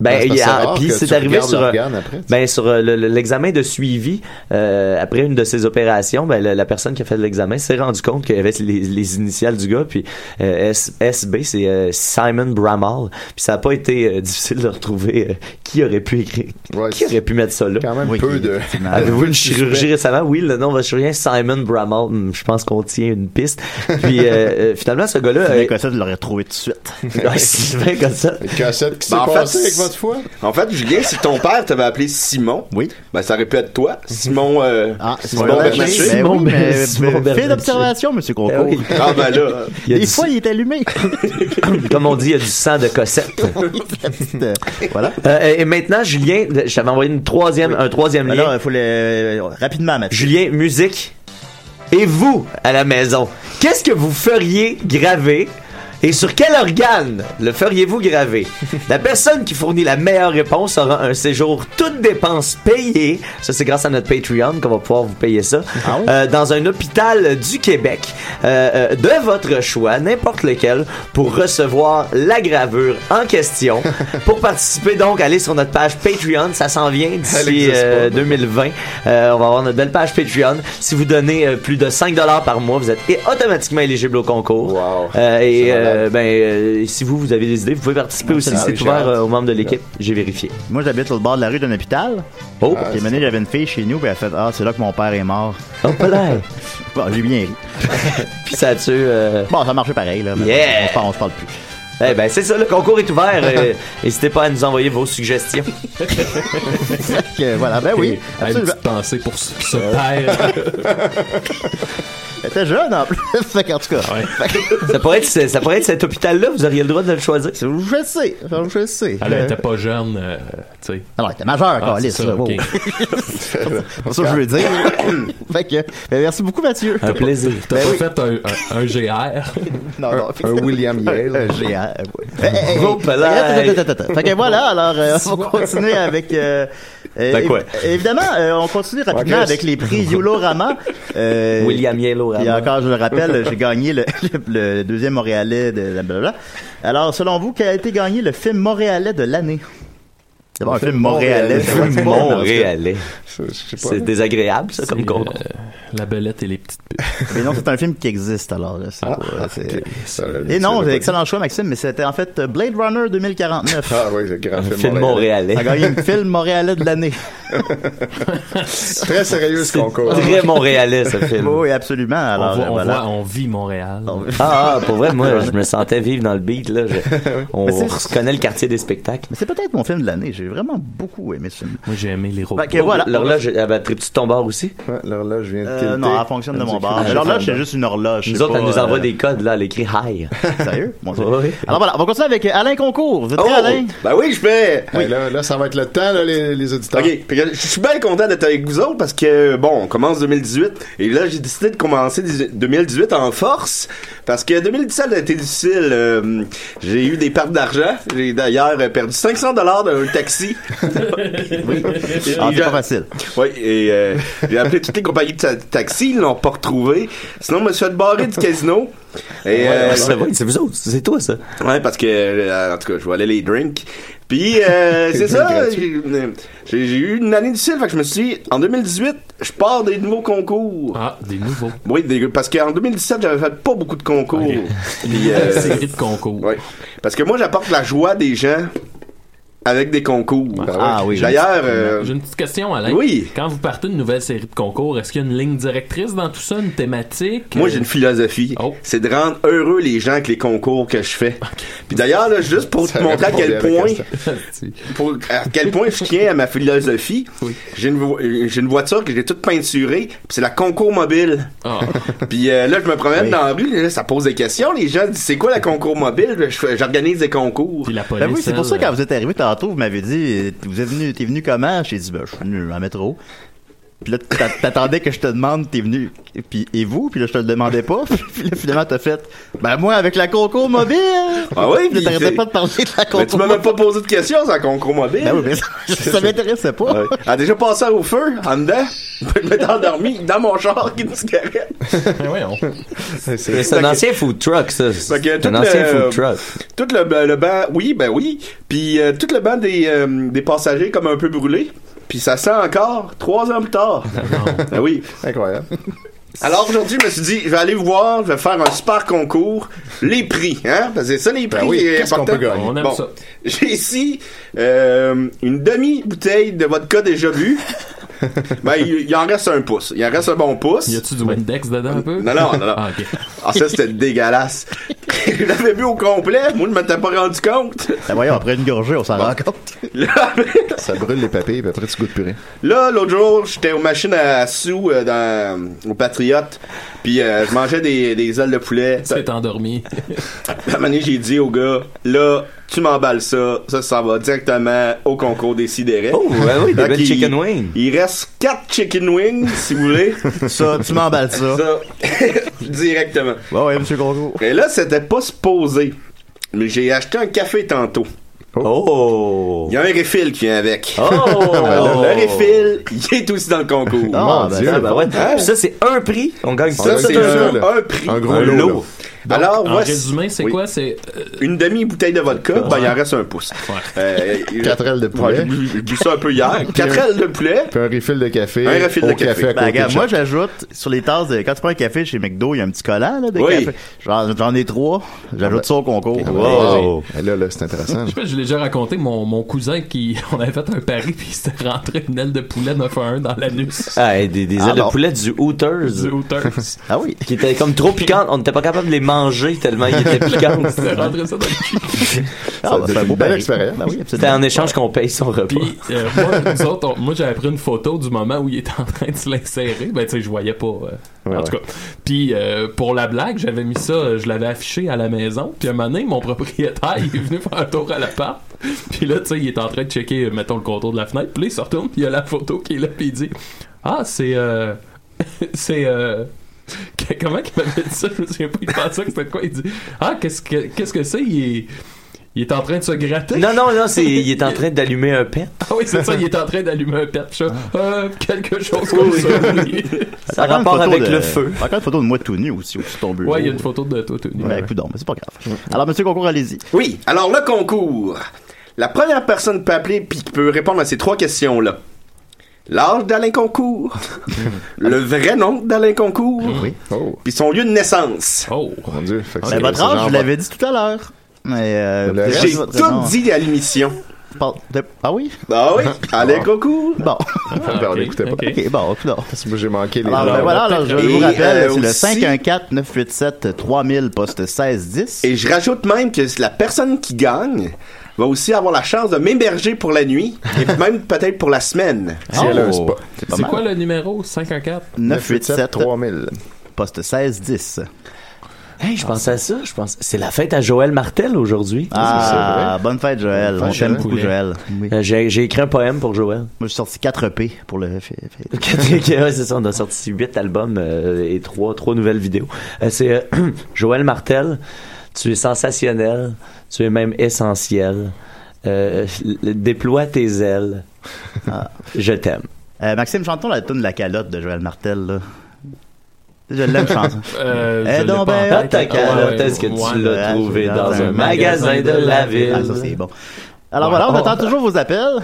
Speaker 2: ben,
Speaker 4: Parce que
Speaker 2: il y a-
Speaker 4: c'est rare
Speaker 2: puis
Speaker 4: que
Speaker 2: c'est
Speaker 4: tu
Speaker 2: arrivé
Speaker 4: regardes
Speaker 2: sur euh,
Speaker 4: l'organe après, tu
Speaker 2: ben sur euh, le- le- l'examen de suivi euh, après une de ces opérations, ben la, la personne qui a fait l'examen s'est rendu compte qu'il y avait les, les initiales du gars puis euh, S- SB c'est euh, Simon Bramall, puis ça a pas été euh, difficile de retrouver euh, qui aurait pu écrire qui aurait pu mettre ça là.
Speaker 4: Quand même peu de.
Speaker 2: Avez-vous une chirurgie récemment? Oui, le nom de votre chirurgien, Simon Bramall. Hum, Je pense qu'on tient une piste. Puis euh, euh, finalement, ce gars-là...
Speaker 1: Sylvain
Speaker 2: euh,
Speaker 1: Cossette l'aurait trouvé tout de suite.
Speaker 2: Ouais, Sylvain Cossette.
Speaker 4: Cossette qui s'est
Speaker 5: Ben, en fait,
Speaker 4: passé avec votre foi?
Speaker 5: En fait, Julien, si ton père t'avait appelé Simon,
Speaker 1: oui.
Speaker 5: ben ça aurait pu être toi. Simon euh,
Speaker 1: Ah,
Speaker 5: Simon
Speaker 1: Simon
Speaker 5: Bernatchez.
Speaker 1: Bernatchez. Ben oui, mais- mais- fait d'observation, monsieur Concours.
Speaker 5: Ben oui. Ah, ben là.
Speaker 1: Il y a Oh, Des du- fois, il est allumé.
Speaker 2: Comme on dit, il y a du sang de Cossette.
Speaker 1: voilà.
Speaker 2: Euh, et, et maintenant, Julien, je t'avais envoyé une troisième, un troisième lien.
Speaker 1: il faut rapidement, Mathieu.
Speaker 2: Julien, musique. Et vous, à la maison, qu'est-ce que vous feriez graver et sur quel organe le feriez-vous graver? La personne qui fournit la meilleure réponse aura un séjour toutes dépenses payées. Ça, c'est grâce à notre Patreon qu'on va pouvoir vous payer ça. Euh, dans un hôpital du Québec euh, euh, de votre choix, n'importe lequel, pour recevoir la gravure en question. pour participer, donc, allez sur notre page Patreon. Ça s'en vient
Speaker 4: Elle
Speaker 2: d'ici
Speaker 4: existe
Speaker 2: euh,
Speaker 4: pas.
Speaker 2: 2020. Euh, on va avoir notre belle page Patreon. Si vous donnez euh, plus de 5 par mois, vous êtes é- automatiquement éligible au concours. Euh, et euh, ben, euh, si vous, vous avez des idées, vous pouvez participer
Speaker 4: Ah,
Speaker 2: aussi.
Speaker 1: Absolument.
Speaker 2: C'est ouvert euh, aux membres de l'équipe. J'ai vérifié.
Speaker 1: Moi, j'habite au bord de la rue d'un hôpital.
Speaker 2: Oh!
Speaker 1: Puis, à
Speaker 4: Ah.
Speaker 1: un moment donné, j'avais une fille chez nous, puis elle a fait Ah, c'est là que mon père est mort.
Speaker 2: Oh, pas l'air.
Speaker 1: Bon, j'ai bien ri.
Speaker 2: Puis, ça a tué.
Speaker 1: Bon, ça marchait pareil, là. mais
Speaker 2: Yeah!
Speaker 1: On se parle, on se parle plus.
Speaker 2: Eh ben, c'est ça, le concours est ouvert. Euh, N'hésitez pas à nous envoyer vos suggestions.
Speaker 1: Que voilà, ben oui.
Speaker 3: Ah, une
Speaker 1: absolument.
Speaker 3: petite pensée pour ce, ce père.
Speaker 1: Elle était jeune, en plus. Fait qu'en tout cas.
Speaker 2: ça, pourrait être, ce- ça pourrait être cet hôpital-là, vous auriez le droit de le choisir.
Speaker 1: Je sais, je sais.
Speaker 3: Elle était pas jeune, euh, tu sais.
Speaker 1: Alors, elle était majeure,
Speaker 3: Ah,
Speaker 1: câlisse,
Speaker 3: c'est ça,
Speaker 1: là, wow.
Speaker 3: ok.
Speaker 1: C'est ça que je veux dire. fait que, ben, merci beaucoup, Mathieu.
Speaker 3: T'as pas- T'as
Speaker 1: Ben
Speaker 3: pas
Speaker 1: oui.
Speaker 3: fait un, un, un GR?
Speaker 1: Non, non.
Speaker 4: Un William Yale.
Speaker 1: Un géant. Hey, hey, hey.
Speaker 4: Oh, palais.
Speaker 1: Attends, attends, attends, attends. Fait que voilà, alors euh, on va continuer avec. euh, euh,
Speaker 2: Ben quoi?
Speaker 1: évi- Évidemment, euh, on continue rapidement
Speaker 2: Ouais,
Speaker 1: avec les prix Yolorama. Euh,
Speaker 2: William Yellow.
Speaker 1: Et encore, je le rappelle, j'ai gagné le, le- le deuxième Montréalais de la blablabla. Alors, selon vous, quel a été gagné le film Montréalais de l'année?
Speaker 2: Ah,
Speaker 1: D'abord, un film Montréalais. c'est pas du bon, en tout cas.
Speaker 2: Montréalais. C'est désagréable, ça, comme concours.
Speaker 3: euh,
Speaker 1: euh,
Speaker 3: la belette et les petites
Speaker 1: Mais non, c'est un film qui existe, alors. là,
Speaker 2: Ah,
Speaker 1: c'est pas- c'est- Euh, Et non, c'est excellent choix, Maxime, mais c'était en fait Blade Runner 2049.
Speaker 4: Ah oui, c'est grand film.
Speaker 2: film montréalais.
Speaker 1: Ça a gagné le film Montréalais de l'année.
Speaker 4: Très sérieux ce concours.
Speaker 2: Très montréalais, ce film.
Speaker 1: Oui, absolument. Alors, euh,
Speaker 2: On voit- on
Speaker 1: voilà.
Speaker 2: voit-
Speaker 3: On vit Montréal.
Speaker 2: Ah, ah, pour vrai, moi, je me sentais vivre dans le beat. Là. Je- on
Speaker 1: Mais c'est-
Speaker 2: reconnaît le quartier des spectacles.
Speaker 1: Mais c'est peut-être mon film de l'année. J'ai vraiment beaucoup aimé ce film.
Speaker 3: Moi, j'ai aimé les robots.
Speaker 1: Fait que voilà.
Speaker 2: L'horloge, elle batterait-tu ton bar aussi?
Speaker 4: l'horloge vient de
Speaker 1: Euh, tilter. non, elle fonctionne de mon bar. Mais l'horloge, c'est juste une horloge,
Speaker 2: Nous
Speaker 1: c'est
Speaker 2: autres, elle
Speaker 1: pas,
Speaker 2: nous envoie
Speaker 1: euh,
Speaker 2: des codes, là. Elle écrit hi.
Speaker 1: Sérieux? Mon Dieu.
Speaker 2: Oui.
Speaker 1: Alors voilà, on va continuer avec Alain Concours. Vous êtes
Speaker 5: Oh!
Speaker 1: prêts, Alain?
Speaker 5: Ben oui, je fais!
Speaker 4: Hey, là, là, ça va être le temps, là, les, les auditeurs.
Speaker 5: Ok, Fait que je suis bien content d'être avec vous autres parce que, bon, on commence 2018 et là, j'ai décidé de commencer 18 2018 en force parce que 2017 a été difficile. Euh, j'ai eu des pertes d'argent. J'ai d'ailleurs perdu 500 dollars d'un taxi.
Speaker 1: Ah,
Speaker 5: Et
Speaker 1: c'est pas
Speaker 5: j'ai-
Speaker 1: facile.
Speaker 5: Oui, et euh, j'ai appelé toutes les compagnies de ta- taxi, ils l'ont pas retrouvé. Sinon, je me suis fait barrer du casino. Et, euh,
Speaker 2: c'est vrai, c'est vous autres, c'est toi ça.
Speaker 5: Ouais, parce que, euh, en tout cas, je volais les drinks. Puis, euh,
Speaker 4: Les
Speaker 5: c'est ça,
Speaker 4: drinks
Speaker 5: j'ai euh, j'ai- j'ai eu une année difficile, fait que je me suis dit, en 2018, je pars des nouveaux concours.
Speaker 3: Ah, des nouveaux.
Speaker 5: Oui, des- parce qu'en 2017, j'avais fait pas beaucoup de concours. Puis, euh,
Speaker 3: série de concours.
Speaker 5: ouais. Parce que moi, j'apporte la joie des gens avec des concours. Ben
Speaker 1: Ah oui.
Speaker 5: D'ailleurs, euh,
Speaker 3: J'ai une petite question, Alain.
Speaker 5: Oui.
Speaker 3: Quand vous partez d'une nouvelle série de concours, est-ce qu'il y a une ligne directrice dans tout ça, une thématique?
Speaker 5: Moi, j'ai une philosophie.
Speaker 1: Oh.
Speaker 5: C'est de rendre heureux les gens avec les concours que je fais. Puis d'ailleurs, là, juste pour te
Speaker 4: Ça
Speaker 5: montrer à
Speaker 4: répondait
Speaker 5: quel
Speaker 4: à la
Speaker 5: point,
Speaker 3: question.
Speaker 5: pour- à quel point je tiens à ma philosophie, j'ai une, vo- euh, j'ai une voiture que j'ai toute peinturée, puis c'est la concours mobile.
Speaker 3: Ah.
Speaker 5: Puis euh, là, je me promène dans la rue, là, ça pose des questions. Les gens disent, c'est quoi la concours mobile? Je fais- J'organise des concours. Puis
Speaker 3: la
Speaker 1: Ben oui, c'est pour ça quand vous êtes arrivé tantôt, vous m'avez dit, euh, vous êtes venu, t'es venu comment? J'ai dit, ben, je suis venu en métro. Puis là, t'a- t'attendais que je te demande, t'es venu, et puis, et vous? Puis là, je te le demandais pas. Puis là, finalement, t'as fait, ben, moi, avec la concours mobile!
Speaker 5: Ah oui,
Speaker 1: Puis là,
Speaker 5: puis
Speaker 1: t'arrêtais
Speaker 5: c'est-
Speaker 1: pas de parler de la
Speaker 5: Mais tu
Speaker 1: concours
Speaker 5: m'as même
Speaker 1: mobile.
Speaker 5: pas posé de questions sur la concours mobile.
Speaker 1: Ben oui, mais ça, ça m'intéressait pas.
Speaker 5: Ouais. Elle a déjà passé au feu, en dedans. Je m'étais endormi dans mon char avec une cigarette.
Speaker 2: C'est un ancien food truck, ça.
Speaker 5: Fait que
Speaker 2: C'est un
Speaker 5: tout
Speaker 2: ancien
Speaker 5: le-
Speaker 1: euh,
Speaker 2: food truck.
Speaker 5: Tout le, ba- le banc, oui, ben oui. Puis euh, tout le banc des, euh, des passagers comme un peu brûlé. Puis ça sent encore trois ans plus tard. ben oui.
Speaker 4: Incroyable.
Speaker 5: Alors aujourd'hui, je me suis dit, je vais aller vous voir, je vais faire un super concours, les prix, hein, parce que c'est ça les prix.
Speaker 4: Ben oui,
Speaker 5: c'est
Speaker 4: qu'est-ce qu'on
Speaker 5: important.
Speaker 4: peut gagner? On aime
Speaker 5: Bon,
Speaker 4: ça.
Speaker 5: J'ai ici euh, une demi bouteille de vodka déjà bu. ben il, il en reste un pouce,
Speaker 3: euh,
Speaker 5: il en reste un bon pouce.
Speaker 3: Y a-tu du Windex dedans un peu?
Speaker 5: Non, non, non, non.
Speaker 3: Ah, ok.
Speaker 5: Ah, ça, c'était dégueulasse. je l'avais vu au complet. Moi, je m'étais pas rendu compte.
Speaker 1: Ben voyons, après une gorgée, on s'en rend compte.
Speaker 4: Ça brûle les papiers, puis après, tu goûtes plus rien.
Speaker 5: Là, l'autre jour, j'étais aux machines à sous euh, dans, au Patriote, puis euh, je mangeais des, des ailes de poulet.
Speaker 3: C'est endormi.
Speaker 5: À un moment donné, j'ai dit au gars, là, tu m'emballes ça, ça s'en va directement au concours des sidérés.
Speaker 2: Oh, ouais, oui, des belles chicken wings.
Speaker 5: Il reste 4 chicken wings, si vous voulez.
Speaker 1: Ça, tu m'emballes ça.
Speaker 5: Ça, directement.
Speaker 1: Ouais, ouais, monsieur Goncourt.
Speaker 5: Et là, c'était pas supposé. Mais j'ai acheté un café tantôt.
Speaker 2: Oh!
Speaker 5: Il y a un refill qui vient avec.
Speaker 2: Oh!
Speaker 5: le refill, il est aussi dans le concours.
Speaker 1: Ah,
Speaker 4: Ah,
Speaker 2: Mon Dieu, ben ouais. Puis ça, c'est un prix. On gagne
Speaker 5: Ça, c'est un, un prix.
Speaker 4: Un gros lot, là.
Speaker 3: Donc,
Speaker 5: Alors,
Speaker 3: en
Speaker 5: voici-
Speaker 3: résumé, c'est
Speaker 5: Oui.
Speaker 3: quoi? Ah. C'est euh,
Speaker 5: Une demi-bouteille de vodka, ben, il en reste un pouce. Euh,
Speaker 4: Quatre ailes de poulet.
Speaker 5: Ouais, j'ai bu- j'ai bu ça un peu hier. Quatre ailes de poulet.
Speaker 4: Puis un refill de café.
Speaker 5: Un refill
Speaker 4: au
Speaker 5: de café.
Speaker 4: à
Speaker 1: Ben,
Speaker 4: côté de
Speaker 1: regarde, moi,
Speaker 4: chaque-
Speaker 1: j'ajoute sur les tasses de. Quand tu prends un café chez McDo, il y a un petit collant, là, de
Speaker 5: Oui.
Speaker 1: café. J'en, j'en ai trois. J'ajoute ça au concours.
Speaker 4: Wow. Ben Là, là, c'est intéressant. là.
Speaker 3: Je sais pas, je l'ai déjà raconté, mon, mon cousin qui. On avait fait un pari, puis il s'était rentré une aile de poulet 9 à 1 dans l'anus.
Speaker 2: Ah, et des, des
Speaker 1: Ah
Speaker 2: ailes
Speaker 1: bon.
Speaker 2: de poulet du Hooters.
Speaker 3: Du Hooters.
Speaker 1: Ah oui.
Speaker 2: Qui étaient comme trop piquantes. On n'était pas capable de les manger tellement ils étaient piquantes.
Speaker 3: Il s'était rentré ça dans le cul.
Speaker 1: Ah, ben,
Speaker 4: doit
Speaker 1: c'est
Speaker 4: être
Speaker 1: un beau
Speaker 4: une belle
Speaker 1: pari.
Speaker 4: expérience.
Speaker 1: Ben oui,
Speaker 2: C'était
Speaker 1: absolument.
Speaker 2: en échange qu'on paye son repas.
Speaker 3: Puis, euh, moi, nous autres, on- moi, j'avais pris une photo du moment où il était en train de se l'insérer. Ben, tu sais, je voyais pas. euh,
Speaker 4: Ouais,
Speaker 3: en tout cas. Puis, euh, pour la blague, j'avais mis ça, euh, je l'avais affiché à la maison. Puis, un moment donné, mon propriétaire, il est venu faire un tour à l'appart. Puis là, tu sais, il est en train de checker, euh, mettons, le contour de la fenêtre. Puis là, il se retourne, puis il y a la photo qui est là, puis il dit Ah, c'est. euh, c'est. euh, que- Comment qu'il m'avait dit ça? Je me souviens pas, il pensait que c'était quoi? Il dit Ah, qu'est-ce que qu'est-ce que c'est? il, est, il est en train de se gratter.
Speaker 2: Non, non, non, c'est, il est en train d'allumer un pet.
Speaker 3: Ah oui, c'est ça, il est en train d'allumer un pet chat. Euh, quelque chose comme ça. oui.
Speaker 2: Ça a rapport
Speaker 1: Encore une
Speaker 2: avec
Speaker 1: photo de-
Speaker 2: le feu.
Speaker 1: Encore une photo de moi tout nu aussi, au-dessus de ton bureau.
Speaker 3: Ouais, il y a une photo de toi, Tony.
Speaker 1: Ben, écoute donc, mais c'est pas grave. Alors, monsieur Concours, allez-y.
Speaker 5: Oui, alors le concours. La première personne peut appeler puis qui peut répondre à ces trois questions-là. L'âge d'Alain Concours, le vrai nom d'Alain Concours,
Speaker 4: Oh,
Speaker 5: puis son lieu de naissance.
Speaker 3: Oh.
Speaker 4: mon Dieu. Fait que
Speaker 1: Ben,
Speaker 4: c'est-
Speaker 1: votre
Speaker 4: c'est
Speaker 1: âge,
Speaker 4: genre-
Speaker 1: je l'avais dit tout à l'heure. Mais, euh,
Speaker 4: Le
Speaker 1: vous avez
Speaker 4: reste-
Speaker 1: pas
Speaker 5: J'ai
Speaker 1: votre
Speaker 5: tout
Speaker 1: nom.
Speaker 5: dit à l'émission.
Speaker 1: Par- de- Ah oui?
Speaker 5: Ah oui, Alain Concours.
Speaker 1: Bon.
Speaker 4: Ben, on l'écoutait pas.
Speaker 3: Ok.
Speaker 1: Ok, bon, écoute donc.
Speaker 4: Parce que moi, j'ai manqué les.
Speaker 1: Alors, ben, voilà, alors, je vous
Speaker 5: Et,
Speaker 1: rappelle,
Speaker 5: euh,
Speaker 1: c'est le
Speaker 5: aussi-
Speaker 1: 514-987-3000, poste 1610.
Speaker 5: Et je rajoute même que la personne qui gagne va aussi avoir la chance de m'héberger pour la nuit et même peut-être pour la semaine.
Speaker 4: Si elle ose pas.
Speaker 1: Ah, oh. pas
Speaker 3: C'est
Speaker 1: mal.
Speaker 3: quoi le numéro 514
Speaker 4: 987
Speaker 1: 987
Speaker 4: 3000.
Speaker 1: poste 1610.
Speaker 2: Hey, je pensais à ça. Je pense. C'est la fête à Joël Martel aujourd'hui.
Speaker 1: Ah, bonne fête, Joël. On t'aime beaucoup, Joël. Oui.
Speaker 2: Euh, J'ai, j'ai écrit un poème pour Joël.
Speaker 1: Moi, j'ai sorti 4 P pour le. fait- fait-
Speaker 2: ouais, c'est ça, on a sorti huit albums euh, et trois, trois nouvelles vidéos. Euh, c'est euh, Joël Martel, tu es sensationnel, tu es même essentiel. Euh, l- déploie tes ailes. Ah, je t'aime.
Speaker 1: Euh, Maxime, chantons la tune de la calotte de Joël Martel, là. Je l'aime, chanson.
Speaker 3: Euh,
Speaker 1: Eh
Speaker 3: je l'ai
Speaker 1: donc,
Speaker 3: pas
Speaker 1: ben,
Speaker 3: en
Speaker 2: Ah,
Speaker 3: tête.
Speaker 2: ta
Speaker 3: Ah,
Speaker 2: calotte,
Speaker 3: ouais,
Speaker 2: est-ce que
Speaker 3: ouais.
Speaker 2: tu l'as
Speaker 1: Ouais,
Speaker 2: trouvée
Speaker 1: dans
Speaker 2: dans
Speaker 1: un
Speaker 2: un magasin de la ville?
Speaker 1: Ah, ça, c'est bon. Alors
Speaker 2: Ouais.
Speaker 1: voilà, on
Speaker 2: Oh.
Speaker 1: attend toujours vos appels.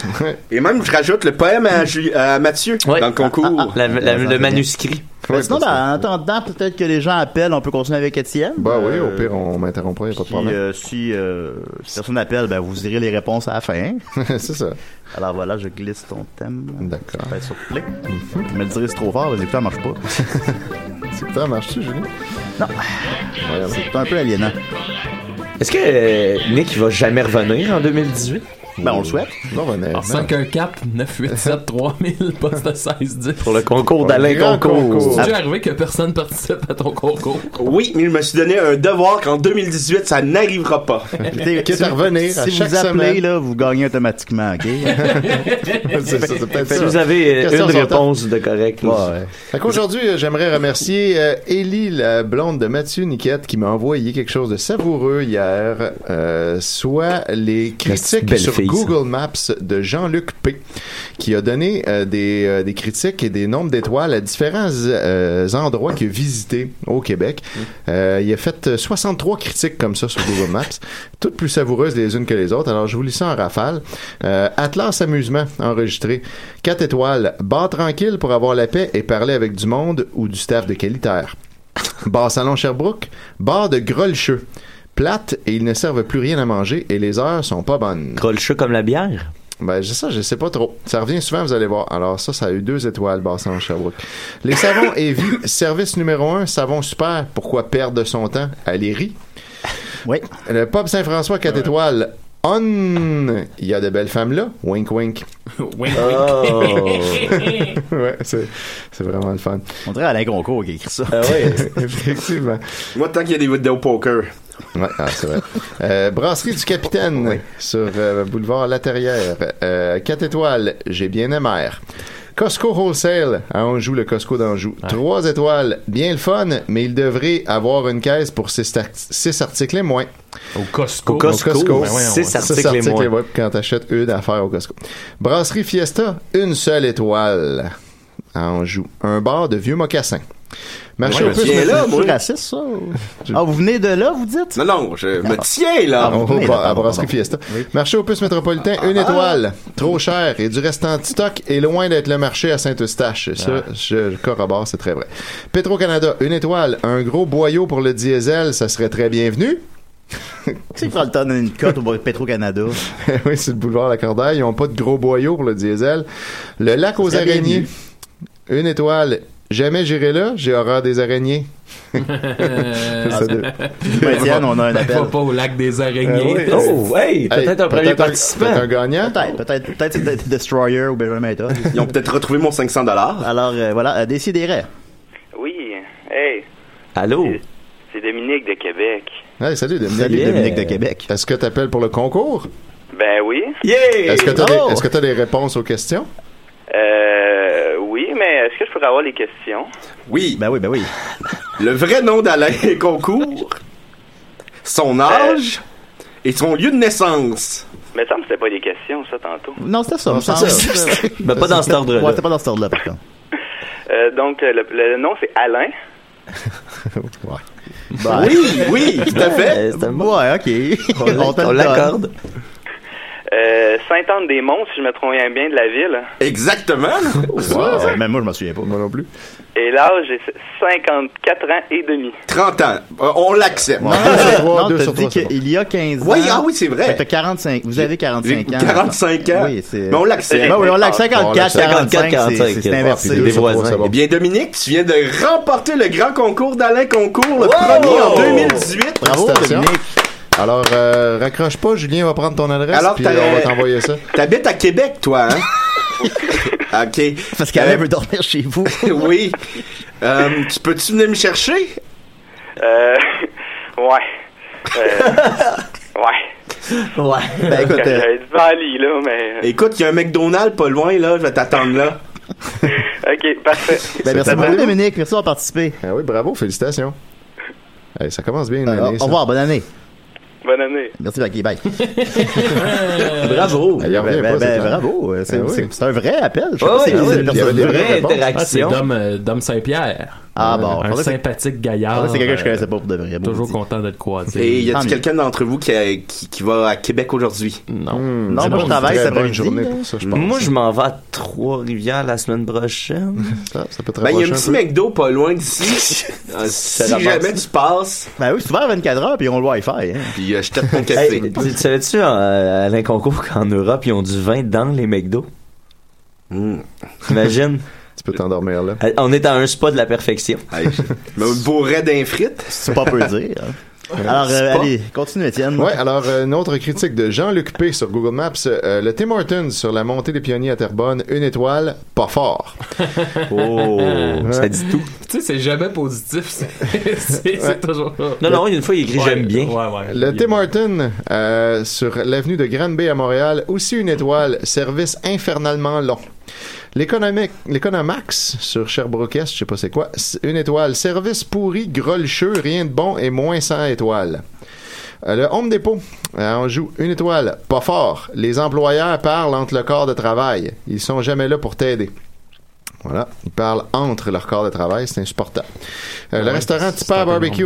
Speaker 5: Et même je rajoute le poème à, Ju- à Mathieu
Speaker 2: Ouais.
Speaker 5: dans le
Speaker 4: Ah,
Speaker 5: concours.
Speaker 2: La-
Speaker 1: ça,
Speaker 2: la-
Speaker 1: c'est bien.
Speaker 2: le manuscrit.
Speaker 1: Mais sinon, ben, en attendant, peut-être que les gens appellent, on peut continuer avec Étienne.
Speaker 4: Bah oui, au
Speaker 1: Euh,
Speaker 4: pire, on m'interrompt pas, y a pas de
Speaker 1: Puis,
Speaker 4: problème.
Speaker 1: euh, si, euh, si personne n'appelle, ben, vous irez les réponses à la fin.
Speaker 4: c'est ça.
Speaker 1: Alors voilà, je glisse ton thème.
Speaker 4: D'accord.
Speaker 1: Ben, sur play. Je me le dirais, c'est trop fort, les écouteurs marchent pas.
Speaker 4: Ça marche-tu, Julien?
Speaker 1: C'est un peu aliénant.
Speaker 2: Est-ce que euh, Nick il va jamais revenir en 2018?
Speaker 1: Ben, on le souhaite.
Speaker 4: Non, ben, mais-
Speaker 3: 514-987-3000, poste 1610.
Speaker 2: Pour le concours
Speaker 4: d'Alain
Speaker 2: d'Alain
Speaker 4: grand Concours.
Speaker 2: Concours.
Speaker 4: concours.
Speaker 3: C'est déjà arrivé que personne participe à ton concours.
Speaker 5: Oui, mais je me suis donné un devoir qu'en 2018, ça n'arrivera pas.
Speaker 1: Écoutez,
Speaker 4: Quitte
Speaker 1: si-
Speaker 4: à revenir à
Speaker 1: Si
Speaker 4: chaque
Speaker 1: vous appelez,
Speaker 4: semaine.
Speaker 1: là, vous gagnez automatiquement, OK?
Speaker 4: c'est ça, c'est peut-être
Speaker 2: Si
Speaker 4: ça.
Speaker 2: vous avez euh,
Speaker 4: Question
Speaker 2: une
Speaker 4: sur le temps.
Speaker 2: réponse de correct, là.
Speaker 1: Ouais.
Speaker 4: Fait qu'aujourd'hui, euh, j'aimerais remercier euh, Ellie, la blonde de Mathieu Niquette, qui m'a envoyé quelque chose de savoureux hier, euh, soit les critiques
Speaker 2: belle
Speaker 4: sur
Speaker 2: fille, ça.
Speaker 4: Google Maps de Jean-Luc P, qui a donné euh, des, euh, des critiques et des nombres d'étoiles à différents euh, endroits qu'il a visités au Québec.
Speaker 2: Mm.
Speaker 4: Euh, il a fait euh, 63 critiques comme ça sur Google Maps, toutes plus savoureuses les unes que les autres. Alors, je vous lis ça en rafale. Euh, Atlas Amusement, enregistré. 4 étoiles. Bar tranquille pour avoir la paix et parler avec du monde ou du staff de qualitaire. Bar Salon Sherbrooke. Bar de Grolcheux. Plate et ils ne servent plus rien à manger et les heures sont pas bonnes.
Speaker 2: Grolcheux comme la bière.
Speaker 4: Ben, je- ça, je sais pas trop. Ça revient souvent, vous allez voir. Alors, ça, ça a eu deux étoiles, Bassin Sherbrooke. Les savons Evie, service numéro un, savon super. Pourquoi perdre de son temps? Allez, rit.
Speaker 1: Oui.
Speaker 4: Le Pop Saint-François 4 étoiles. On, il y a de belles femmes là. Wink, wink.
Speaker 3: wink,
Speaker 1: Ah.
Speaker 4: ouais, c'est c'est vraiment le fun.
Speaker 1: On dirait Alain Goncourt qui a écrit ça.
Speaker 4: Ah oui, effectivement.
Speaker 5: Moi, tant qu'il y a des vidéos poker.
Speaker 4: Ouais, ah, c'est vrai. Euh, Brasserie du Capitaine sur euh, boulevard La Terrière. Euh, 4 étoiles, j'ai bien aimé. Costco Wholesale à Anjou, le Costco d'Anjou. 3 étoiles, bien le fun, mais il devrait avoir une caisse pour 6 articles et moins.
Speaker 3: Au Costco.
Speaker 4: Au Costco.
Speaker 2: Ben voyons, six
Speaker 4: Six
Speaker 2: articles et moins.
Speaker 4: ouais, quand t'achètes une affaire au Costco. Brasserie Fiesta, une seule étoile à Anjou. Un bar de vieux mocassins. Marché
Speaker 5: Ouais,
Speaker 4: aux
Speaker 5: je me
Speaker 4: puces-
Speaker 5: tiens là, moi.
Speaker 1: raciste, ça? Ah, vous venez de là, vous dites?
Speaker 5: Non, non, je me tiens là.
Speaker 4: Ah, on va à Brasserie Fiesta. Marché aux puces métropolitain, une étoile. Trop cher et du reste en stock et loin d'être le marché à Saint-Eustache. Ça, je, je corrobore, c'est très vrai. Petro-Canada, une étoile. Un gros boyau pour le diesel, ça serait très bienvenu.
Speaker 1: Qui c'est qui prend le temps de donner une cote au Petro-Canada?
Speaker 4: oui, c'est le boulevard Lacordaire. Ils n'ont pas de gros boyaux pour le diesel. Le lac aux
Speaker 1: serait
Speaker 4: araignées,
Speaker 1: bienvenu.
Speaker 4: une étoile. Jamais j'irai là, j'ai horreur des araignées. Ça de-
Speaker 1: Ben, Étienne, on a un appel. Ah
Speaker 3: Va Euh, pas au lac des araignées.
Speaker 4: Euh, oui. Oh, hey, peut-être un premier participant. peut-être un gagnant.
Speaker 1: Peut-être, peut-être, peut-être c'est peut-être Destroyer ou Benjamin Todd.
Speaker 5: Ils ont peut-être retrouvé mon 500
Speaker 1: Alors, euh, voilà, euh, décidérez.
Speaker 12: Oui, hey,
Speaker 2: Allô?
Speaker 12: c'est Dominique de Québec.
Speaker 4: Hey, salut Dominique.
Speaker 1: Salut, Yeah. Dominique de
Speaker 4: Québec. Est-ce que tu appelles pour le concours?
Speaker 12: Ben oui.
Speaker 4: Est-ce que tu as, des réponses aux questions?
Speaker 12: Euh, oui, mais est-ce que je pourrais avoir les questions?
Speaker 4: Ah.
Speaker 5: Oui.
Speaker 1: Ben oui, ben oui.
Speaker 5: Le vrai nom d'Alain Concours, son âge
Speaker 4: Euh.
Speaker 5: et son lieu de naissance.
Speaker 12: Mais ça me c'était pas des questions, ça, tantôt.
Speaker 1: Non, c'était ça,
Speaker 5: Non,
Speaker 1: me
Speaker 5: c'est
Speaker 1: semble.
Speaker 5: ça.
Speaker 1: C'était-
Speaker 5: Mais pas dans cet ordre-là.
Speaker 1: Ouais, c'était pas dans cet ordre-là, par contre.
Speaker 12: Euh, donc, euh, le, le nom, c'est Alain.
Speaker 5: Bah,
Speaker 4: Ah.
Speaker 1: Bye.
Speaker 12: Oui, oui, tout à fait.
Speaker 2: Euh,
Speaker 1: Ouais, c'est un- Ouais, ok. On, te le donne.
Speaker 12: Euh, Sainte-Anne-des-Monts, si je me trompe bien de la ville.
Speaker 5: Exactement.
Speaker 1: Wow. Même moi, je m'en souviens pas. Moi
Speaker 4: non plus.
Speaker 12: Et là, j'ai 54 ans et demi.
Speaker 5: 30 ans. Euh, on l'accepte.
Speaker 1: non, t'as dit qu'il y a 15 ans.
Speaker 5: Oui, ah oui, c'est vrai.
Speaker 1: Fait que t'as 45. Vous avez 45 ans.
Speaker 5: 45 ans.
Speaker 1: Oui, c'est.
Speaker 5: Mais on l'accepte.
Speaker 1: Ben oui, on l'accepte. 54, 45. c'est- c'est- C'est inversé.
Speaker 5: Eh bien, Dominique, tu viens de remporter le grand concours d'Alain Concours, le premier en 2018.
Speaker 4: Félicitations. Alors, euh, raccroche pas, Julien va prendre ton adresse,
Speaker 5: Alors,
Speaker 4: puis euh,
Speaker 5: t'as-
Speaker 4: on va t'envoyer ça.
Speaker 5: T'habites à Québec, toi, hein? OK.
Speaker 1: Parce qu'Alain veut dormir chez vous.
Speaker 5: oui. Euh, tu peux-tu venir me chercher?
Speaker 12: Euh, ouais. Euh, ouais.
Speaker 1: Ouais.
Speaker 5: Ben, écoute, euh,
Speaker 12: J'avais dit dans le lit, là, mais... euh.
Speaker 5: écoute, il y a un McDonald's pas loin, là. Je vais t'attendre là.
Speaker 12: OK, parfait.
Speaker 1: Ben, merci
Speaker 4: C'est
Speaker 1: beaucoup,
Speaker 4: bon.
Speaker 1: Dominique. Merci d'avoir participé.
Speaker 4: Ah oui, bravo, félicitations. Eh, ça commence bien une
Speaker 1: Alors,
Speaker 4: année,
Speaker 1: Euh, au
Speaker 4: ça.
Speaker 1: revoir, bonne année.
Speaker 12: Bonne année.
Speaker 1: Merci, Baki. Bye.
Speaker 4: Bravo. Il revient
Speaker 1: Ben, ben,
Speaker 4: pas, c'est
Speaker 1: ben,
Speaker 4: clair.
Speaker 1: bravo. C'est
Speaker 4: Ah oui.
Speaker 1: c'est- c'est un vrai appel.
Speaker 2: Oh,
Speaker 1: Je sais
Speaker 4: Ah
Speaker 1: pas
Speaker 4: oui,
Speaker 1: si
Speaker 4: oui,
Speaker 1: c'est
Speaker 4: il y
Speaker 1: une
Speaker 4: avait
Speaker 1: personne
Speaker 4: des vraies
Speaker 1: vraie.
Speaker 4: réponses.
Speaker 3: Ah, c'est
Speaker 1: Action.
Speaker 3: Dom, euh, Dom Saint-Pierre.
Speaker 1: Oh,
Speaker 3: Euh,
Speaker 1: Ah, bon.
Speaker 3: Un
Speaker 1: Faudrait que-
Speaker 3: sympathique gaillard.
Speaker 1: faudrait que c'est
Speaker 4: Ah,
Speaker 1: quelqu'un que je
Speaker 3: euh,
Speaker 1: connaissais pas pour de vrai.
Speaker 3: Toujours
Speaker 1: maudit.
Speaker 3: content d'être croisé.
Speaker 5: Et y
Speaker 3: Tant
Speaker 5: a-t-il
Speaker 3: mieux.
Speaker 5: quelqu'un d'entre vous qui, a- qui, qui va à Québec aujourd'hui?
Speaker 3: Non.
Speaker 1: Non, moi, je travaille cet après-midi. là.
Speaker 2: Moi, je m'en vais à Trois-Rivières la semaine prochaine.
Speaker 4: Ça, peut
Speaker 5: Ben, il y a un petit McDo pas loin d'ici. Euh, si
Speaker 2: la
Speaker 5: jamais
Speaker 2: base.
Speaker 5: tu passes,
Speaker 1: Ben oui, c'est ouvert à 24 heures, puis on le Wi-Fi. hein.
Speaker 5: puis euh, je tête mon café.
Speaker 2: Hey, tu tu savais-tu euh, à l'inconcours qu'en Europe, ils ont du vin dans les McDo?
Speaker 5: Mmh.
Speaker 2: Imagine.
Speaker 4: Tu peux t'endormir là.
Speaker 2: Euh, On est à un spa de la perfection.
Speaker 5: Hey, je- Mais un bourret d'un frite.
Speaker 1: C'est pas peu dire. Alors,
Speaker 4: C'est
Speaker 1: euh,
Speaker 4: pas-
Speaker 1: allez, continue, Étienne.
Speaker 4: Ouais, alors euh, une autre critique de Jean-Luc P sur Google Maps, euh, le Tim Hortons sur la montée des pionniers à Terrebonne, une étoile, pas fort.
Speaker 1: Oh,
Speaker 2: ça dit tout.
Speaker 3: Tu sais, c'est jamais positif. C'est c'est- c'est toujours.
Speaker 2: Non, non, une fois, il écrit
Speaker 3: Ouais,
Speaker 2: J'aime bien.
Speaker 3: Ouais, ouais.
Speaker 4: Le
Speaker 3: Il-
Speaker 4: Tim Hortons euh, sur l'avenue de Grande Bay à Montréal, aussi une étoile, service infernalement long. L'économic- L'Economax sur Sherbrooke Est, je sais pas c'est quoi, s- une étoile, service pourri, grolcheux, rien de bon et moins 100 étoiles. Euh, Le Home Depot, euh, on joue une étoile, pas fort. Les employeurs parlent entre le corps de travail. Ils sont jamais là pour t'aider. Voilà, ils parlent entre leur corps de travail, c'est insupportable. Euh, le restaurant Tipa Barbecue,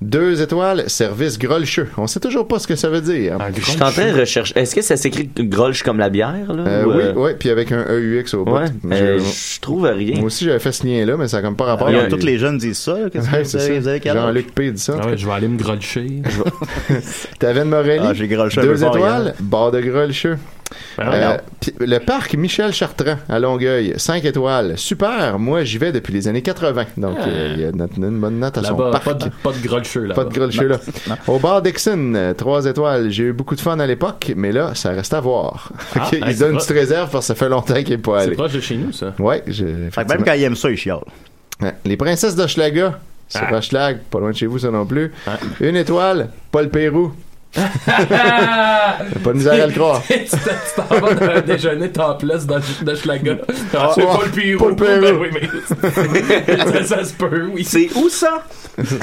Speaker 4: deux étoiles, service grolcheux. On sait toujours pas ce que ça veut dire.
Speaker 1: Ah,
Speaker 4: Euh,
Speaker 2: Je suis en train de rechercher. Est-ce que ça s'écrit grolche comme la bière? Là,
Speaker 4: Euh,
Speaker 2: ou,
Speaker 4: oui,
Speaker 2: euh,
Speaker 4: oui, puis avec un EUX au bout.
Speaker 2: Ouais, euh, je trouve à rien.
Speaker 4: Moi aussi, j'avais fait ce lien-là, mais ça n'a comme pas rapport.
Speaker 1: Ah,
Speaker 4: à-
Speaker 1: Tous les jeunes disent ça. là. Qu'est-ce
Speaker 4: Ouais,
Speaker 1: que vous
Speaker 4: c'est
Speaker 1: avez- vous
Speaker 4: ça.
Speaker 1: avez quel âge?
Speaker 4: Jean-Luc P. dit ça. en tout
Speaker 3: Ah
Speaker 4: cas.
Speaker 3: ouais, je vais aller me grolcher.
Speaker 4: T'avais une Morelli,
Speaker 1: Ah, j'ai grolché un peu Ah,
Speaker 4: deux
Speaker 1: fort
Speaker 4: étoiles,
Speaker 1: hier.
Speaker 4: bar de grolcheux.
Speaker 3: Ben
Speaker 4: Euh, puis le parc Michel Chartrand à Longueuil, 5 étoiles. Super, moi j'y vais depuis les années 80. Donc
Speaker 3: Ah.
Speaker 4: euh, il y a une, une bonne note à son
Speaker 3: Là-bas,
Speaker 4: parc.
Speaker 3: pas de, pas de grolcheux, là.
Speaker 4: Pas de grilled cheese, là. Au bar Dixon, 3 étoiles. J'ai eu beaucoup de fun à l'époque, mais là, ça reste à voir.
Speaker 3: Ah,
Speaker 4: Ok,
Speaker 3: ben,
Speaker 4: il
Speaker 3: c'est
Speaker 4: donne une
Speaker 3: pas-
Speaker 4: petite réserve parce que ça fait longtemps qu'il n'est pas
Speaker 3: C'est
Speaker 4: allé.
Speaker 3: proche de chez nous, ça.
Speaker 4: Ouais, je,
Speaker 1: même quand il
Speaker 4: aime ça, il chiale. Les princesses d'Hochelaga, sur
Speaker 3: Ah.
Speaker 4: Hochelag, pas loin de chez vous, ça non plus. Une étoile, Paul Pérou. pas de misère à le croire.
Speaker 3: tu t'en- tu t'en vas dans un déjeuner topless dans de Schlaga.
Speaker 4: Ah,
Speaker 3: c'est
Speaker 4: ouais.
Speaker 3: pas le pire. ou-
Speaker 4: Pas le
Speaker 3: Ben
Speaker 4: Pérou.
Speaker 3: oui, mais ça, ça se peut, oui.
Speaker 5: C'est où ça?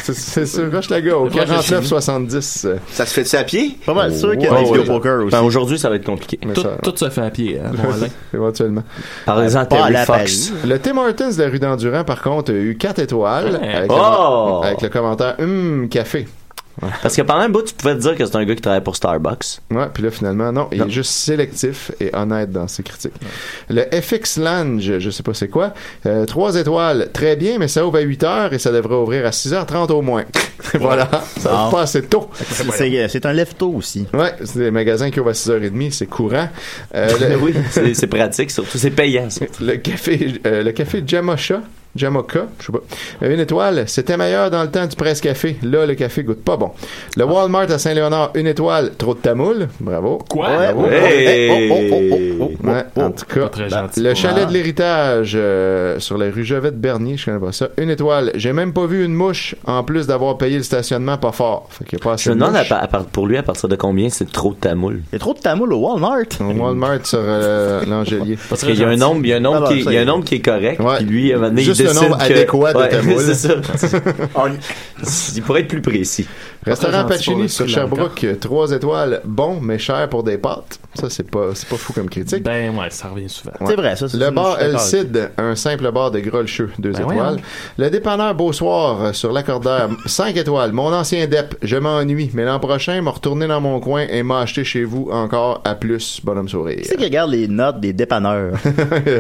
Speaker 4: C'est- C'est sur Hochelaga, au euh,
Speaker 3: C'est proche de chez nous.
Speaker 4: 49-70.
Speaker 5: Ça se fait-tu à pied?
Speaker 1: Pas mal sûr qu'il y a
Speaker 4: Oh,
Speaker 1: des
Speaker 4: ouais.
Speaker 1: vidéos poker aussi.
Speaker 4: Ben,
Speaker 2: Aujourd'hui, ça va être compliqué.
Speaker 4: Mais
Speaker 3: Tout,
Speaker 4: ça-
Speaker 3: tout se fait à pied, hein, mon Alain.
Speaker 4: Éventuellement.
Speaker 2: Par exemple,
Speaker 4: Pas à
Speaker 2: Terry
Speaker 4: la
Speaker 2: Fox.
Speaker 4: Paris. Le Tim Hortons de la rue d'Endurant, par contre, a eu 4 étoiles.
Speaker 2: Ouais.
Speaker 4: Avec,
Speaker 2: Oh!
Speaker 4: le, avec le commentaire Hum, café.
Speaker 2: Parce que pendant un bout, tu pouvais te dire que c'est un gars qui travaille pour Starbucks.
Speaker 4: Ouais, puis là, finalement, non, il est juste sélectif et honnête dans ses critiques. Le FX Lange, je sais pas c'est quoi, 3 étoiles, très bien, mais ça ouvre à 8 heures et ça devrait ouvrir à 6h30 au moins. voilà, ça
Speaker 1: Bon.
Speaker 4: ouvre pas assez tôt.
Speaker 1: C'est c'est un lefto aussi.
Speaker 4: Ouais, c'est des magasins qui ouvrent à 6h30, c'est courant. Euh, le-
Speaker 2: oui, c'est c'est pratique, surtout. C'est payant, surtout.
Speaker 4: Le café, euh, le café Jamosha, Jamoka, je sais pas. Une étoile, c'était meilleur dans le temps du presse café. Là, le café goûte pas bon. Le Walmart à Saint-Léonard, une étoile, trop de tamoul. Bravo.
Speaker 3: Quoi?
Speaker 4: Ouais, Bravo.
Speaker 2: Hey!
Speaker 4: Oh, oh, oh, oh, oh, oh, ouais, en tout cas, ben,
Speaker 3: Pas très gentil
Speaker 4: le
Speaker 3: pour
Speaker 4: chalet
Speaker 3: moi.
Speaker 4: de l'héritage euh, sur la rue Jovette Bernier, je connais pas ça. Une étoile, j'ai même pas vu une mouche en plus d'avoir payé le stationnement pas fort. Fait qu'il y a pas assez
Speaker 2: Je me
Speaker 4: de
Speaker 2: demande à
Speaker 4: mouches.
Speaker 2: par- à part- pour lui à partir de combien c'est trop de tamoul.
Speaker 1: Il y a trop de tamoul au Walmart.
Speaker 4: Au Walmart sur euh, l'Angelier.
Speaker 2: Parce qu'il y a un nombre, il y a un nombre,
Speaker 4: Alors,
Speaker 2: qui, est-
Speaker 4: Ah ça
Speaker 2: il y a
Speaker 4: y
Speaker 2: un
Speaker 4: est.
Speaker 2: nombre qui est correct.
Speaker 4: Ouais.
Speaker 2: Puis lui, à un moment donné,
Speaker 4: Juste
Speaker 2: il
Speaker 4: le
Speaker 2: décide
Speaker 4: nombre
Speaker 2: que-
Speaker 4: adéquat de
Speaker 2: Ouais,
Speaker 4: tamoul.
Speaker 2: C'est ça. On- Il pourrait être plus précis.
Speaker 4: Restaurant Pacini
Speaker 2: Pour
Speaker 4: sur
Speaker 2: le
Speaker 4: Sherbrooke, 3 étoiles, bon mais cher pour des pâtes. Ça, c'est pas, c'est pas fou comme critique.
Speaker 3: Ben ouais, ça revient souvent.
Speaker 4: Ouais. Le bar euh, El Cid, un simple bar de grolcheux, 2
Speaker 3: Ben ouais,
Speaker 4: étoiles.
Speaker 3: hein.
Speaker 4: Le dépanneur Beausoir euh, sur l'accordaire, 5 étoiles. Mon ancien DEP, je m'ennuie, mais l'an prochain, m'a retourné dans mon coin et m'a acheté chez vous encore à plus. Bonhomme sourire.
Speaker 1: Qui c'est qui regarde les notes des dépanneurs?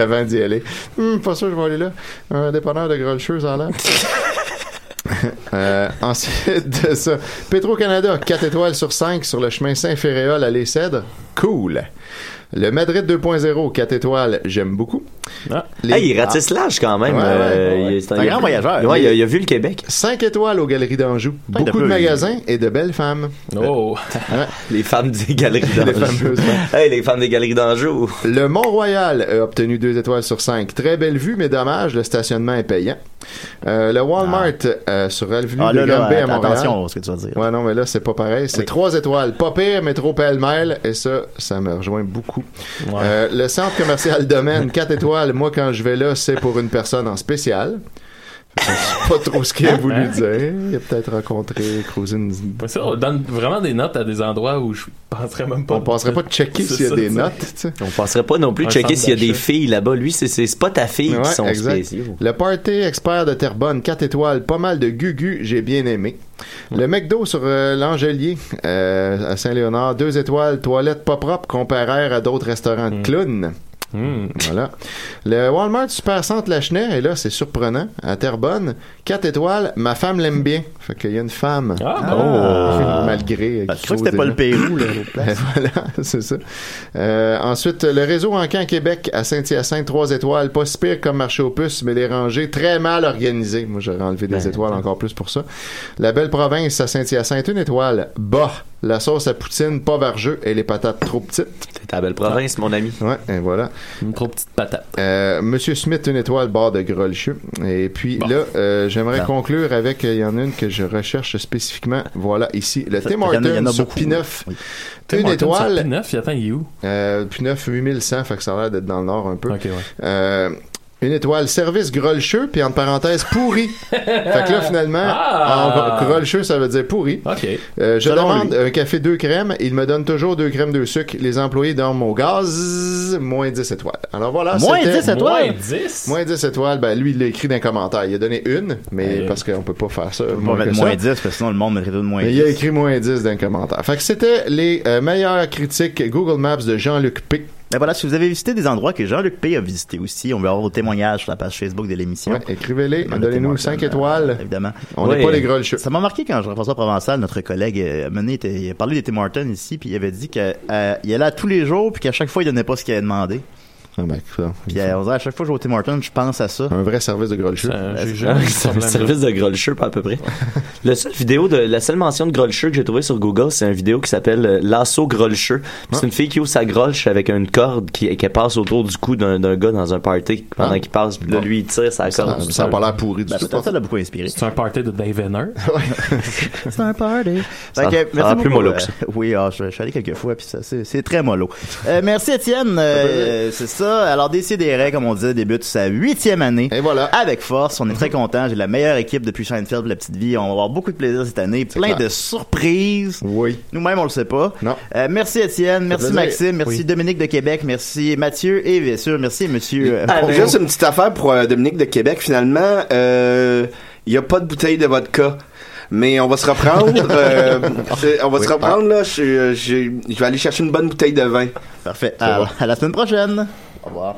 Speaker 4: Avant d'y aller. Hum, pas sûr, que je vais aller là. Un dépanneur de grolcheux, ça a l'air. Euh, ensuite de ça, Petro-Canada, 4 étoiles sur 5 sur le chemin Saint-Féréol à Les Cèdres. Cool. Le Madrid 2.0, 4 étoiles, j'aime beaucoup. Les- Ah.
Speaker 2: Hey, il ratisse l'âge quand même.
Speaker 4: Ouais, ouais,
Speaker 2: euh,
Speaker 4: ouais,
Speaker 2: il
Speaker 4: ouais.
Speaker 2: est-
Speaker 4: C'est un grand voyageur.
Speaker 2: Ouais, il, a,
Speaker 4: Il-
Speaker 2: il a vu le Québec.
Speaker 4: 5 Ah, étoiles aux Galeries d'Anjou.
Speaker 2: Ouais, de
Speaker 4: Beaucoup de
Speaker 2: peu,
Speaker 4: magasins et de belles femmes.
Speaker 3: Oh!
Speaker 2: Les femmes des galeries
Speaker 4: Les
Speaker 2: d'Anjou.
Speaker 4: fameuses,
Speaker 2: hey, les femmes des galeries d'Anjou.
Speaker 4: Le Mont-Royal a obtenu 2 étoiles sur 5. Très belle vue, mais dommage, le stationnement est payant. Euh, le Walmart euh, sur l'avenue
Speaker 1: Ah,
Speaker 4: de
Speaker 1: là, là,
Speaker 4: Granby à
Speaker 1: att-
Speaker 4: Montréal.
Speaker 1: attention à ce que tu vas dire.
Speaker 4: Ouais, non, mais là, c'est pas pareil. C'est trois étoiles. Pas pire, mais trop pêle-mêle. Et ça, ça me rejoint beaucoup. Euh, le centre commercial Domaine, quatre étoiles. Moi, quand je vais là, c'est pour une personne en spécial. Je sais pas trop ce qu'il a voulu dire. Il a peut-être rencontré, croisé une...
Speaker 3: Ouais, ça, on donne vraiment des notes à des endroits où je penserais même pas.
Speaker 4: On penserait pas de checker
Speaker 3: C'est
Speaker 4: s'il y a
Speaker 3: ça,
Speaker 4: des
Speaker 3: tu sais.
Speaker 4: notes, tu sais.
Speaker 2: On penserait pas non plus
Speaker 4: Un
Speaker 2: checker
Speaker 4: centre
Speaker 2: s'il y a des
Speaker 4: d'achat.
Speaker 2: filles là-bas. Lui, c'est- c'est c'est pas ta fille qui
Speaker 4: Ouais,
Speaker 2: sont
Speaker 4: exact.
Speaker 2: spéciaux.
Speaker 4: Le party expert de Terrebonne, 4 étoiles, pas mal de gugu, j'ai bien aimé. Le McDo sur euh, l'Angelier euh, à Saint-Léonard, 2 étoiles, toilette pas propre comparé à d'autres restaurants
Speaker 1: Mm.
Speaker 4: de clowns. Voilà. Le Walmart Supercentre Lachenay, et là, c'est surprenant, à Terrebonne, 4 étoiles, ma femme l'aime bien. Fait qu'il y a une femme.
Speaker 1: Ah. bon.
Speaker 4: Malgré.
Speaker 1: Ben,
Speaker 4: qu'il
Speaker 1: c'est sûr que c'était
Speaker 4: cause
Speaker 1: pas
Speaker 4: des-
Speaker 1: le Pérou, là, l'autre place.
Speaker 4: Ben, voilà, c'est ça. Euh, ensuite, le réseau en camp Québec à Saint-Hyacinthe, 3 étoiles. Pas si pire comme marché aux puces, mais les rangées très mal organisées. Moi, j'aurais enlevé
Speaker 1: Ben,
Speaker 4: des étoiles encore plus pour ça. La belle province à Saint-Hyacinthe, une étoile. Bah, la sauce à poutine, pas vergeux et les patates trop petites.
Speaker 2: C'est ta belle province, mon ami.
Speaker 4: Ouais, et voilà. Euh,
Speaker 3: Une trop petite patate.
Speaker 4: Monsieur Smith, une étoile, bar de Grolcheux. Et puis
Speaker 1: Bah.
Speaker 4: là, euh, j'aimerais
Speaker 1: Bon.
Speaker 4: conclure avec, euh, il y en a une que je recherche spécifiquement. Voilà, ici, le
Speaker 1: Ça,
Speaker 4: Tim
Speaker 1: il y en a- il y en a
Speaker 4: Hortons sur
Speaker 1: beaucoup,
Speaker 4: P9.
Speaker 1: oui.
Speaker 3: Tim
Speaker 4: Une
Speaker 3: Hortons sur
Speaker 4: étoile.
Speaker 3: P9, il attend, il est où?
Speaker 4: Euh, puis 9, 8100, fait que ça a l'air d'être dans le nord un peu.
Speaker 3: Ok, ouais.
Speaker 4: Euh, une étoile service grolcheux, puis entre parenthèses pourri. fait que là, finalement,
Speaker 3: Ah!
Speaker 4: en grolcheux, ça veut dire pourri.
Speaker 3: Ok.
Speaker 4: Euh, je
Speaker 3: Selon
Speaker 4: demande
Speaker 3: lui.
Speaker 4: un café deux crèmes, il me donne toujours deux crèmes, deux sucres. Les employés dorment au gaz, moins 10 étoiles. Alors voilà,
Speaker 1: Moins
Speaker 4: c'était-
Speaker 1: 10 étoiles?
Speaker 3: Moins 10?
Speaker 4: Moins 10 étoiles, ben lui, il l'a écrit dans les commentaires. Il a donné une, mais parce qu'on peut pas faire ça.
Speaker 1: On
Speaker 4: moins
Speaker 1: va
Speaker 4: que
Speaker 1: mettre
Speaker 4: ça.
Speaker 1: moins 10, parce que sinon le monde mettrait tout de moins
Speaker 4: Mais il a
Speaker 1: 10.
Speaker 4: écrit moins 10 dans les commentaires. Fait que c'était les euh, meilleures critiques Google Maps de Jean-Luc P.
Speaker 1: Ben voilà, si vous avez visité des endroits que Jean-Luc P a visité aussi, on veut avoir vos témoignages sur la page Facebook de l'émission. euh,
Speaker 4: Ouais, écrivez-les, donnez-nous 5 étoles.
Speaker 1: évidemment.
Speaker 4: On n'est
Speaker 1: Ouais,
Speaker 4: pas les
Speaker 1: euh,
Speaker 4: grelcheux.
Speaker 1: Ça m'a marqué quand Jean-François Provençal, notre collègue, euh, a mené, était- il a parlé des Tim Hortons ici, puis il avait dit qu'il euh, allait à tous les jours, puis qu'à chaque fois, il donnait pas ce qu'il avait demandé.
Speaker 4: Ah ben, ça.
Speaker 1: Puis euh, on dirait, à chaque fois que je vais au Tim Hortons, je pense à ça.
Speaker 4: Un vrai service de grelcheux.
Speaker 3: Euh,
Speaker 2: C'est un Ah, service de Grolcheux, pas à peu près. Le seul vidéo de, la seule mention de Grolcheux que j'ai trouvé sur Google, c'est une vidéo qui s'appelle euh, Lasso Grolcheux. Puis C'est une fille qui ouvre sa grolche avec une corde qui, qui passe autour du cou d'un d'un gars dans un party pendant qu'il passe. Puis là, lui, il tire sa corde.
Speaker 4: Ah. ça a pas l'air pourri du
Speaker 1: Ben,
Speaker 4: tout.
Speaker 1: peut-être ça l'a beaucoup inspiré.
Speaker 3: C'est un party de Dave Henner.
Speaker 1: C'est un party.
Speaker 3: Ça-
Speaker 1: Fait que,
Speaker 3: ça
Speaker 1: merci
Speaker 3: rend plus
Speaker 1: beaucoup,
Speaker 3: mollo que ça.
Speaker 1: euh, oui, ah, je, je suis allé quelques fois, puis ça, c'est, c'est très mollo. Euh, merci Étienne, euh, c'est ça. Alors, Décidéré, comme on disait, débute sa huitième année. Et
Speaker 4: voilà.
Speaker 1: Avec force, on est très content. J'ai la meilleure équipe depuis Seinfeld, La Petite Vie. On va avoir beaucoup de plaisir cette année. Plein
Speaker 4: clair.
Speaker 1: de surprises. Oui. Nous-mêmes, on le sait pas. Non. merci Étienne, merci
Speaker 5: plaisir.
Speaker 1: Maxime, merci
Speaker 5: Oui.
Speaker 1: Dominique de Québec, merci Mathieu et bien sûr, merci Monsieur. euh,
Speaker 5: Ah,
Speaker 1: Ponceau.
Speaker 5: juste une petite affaire pour euh, Dominique de Québec. Finalement, euh, il n'y a pas de bouteille de vodka. Mais on va se reprendre. euh, c'est- on va
Speaker 1: Oui.
Speaker 5: se reprendre, là. Je, je- je vais aller chercher une bonne bouteille de vin.
Speaker 1: Ah, Parfait. À, à la semaine prochaine. Au revoir.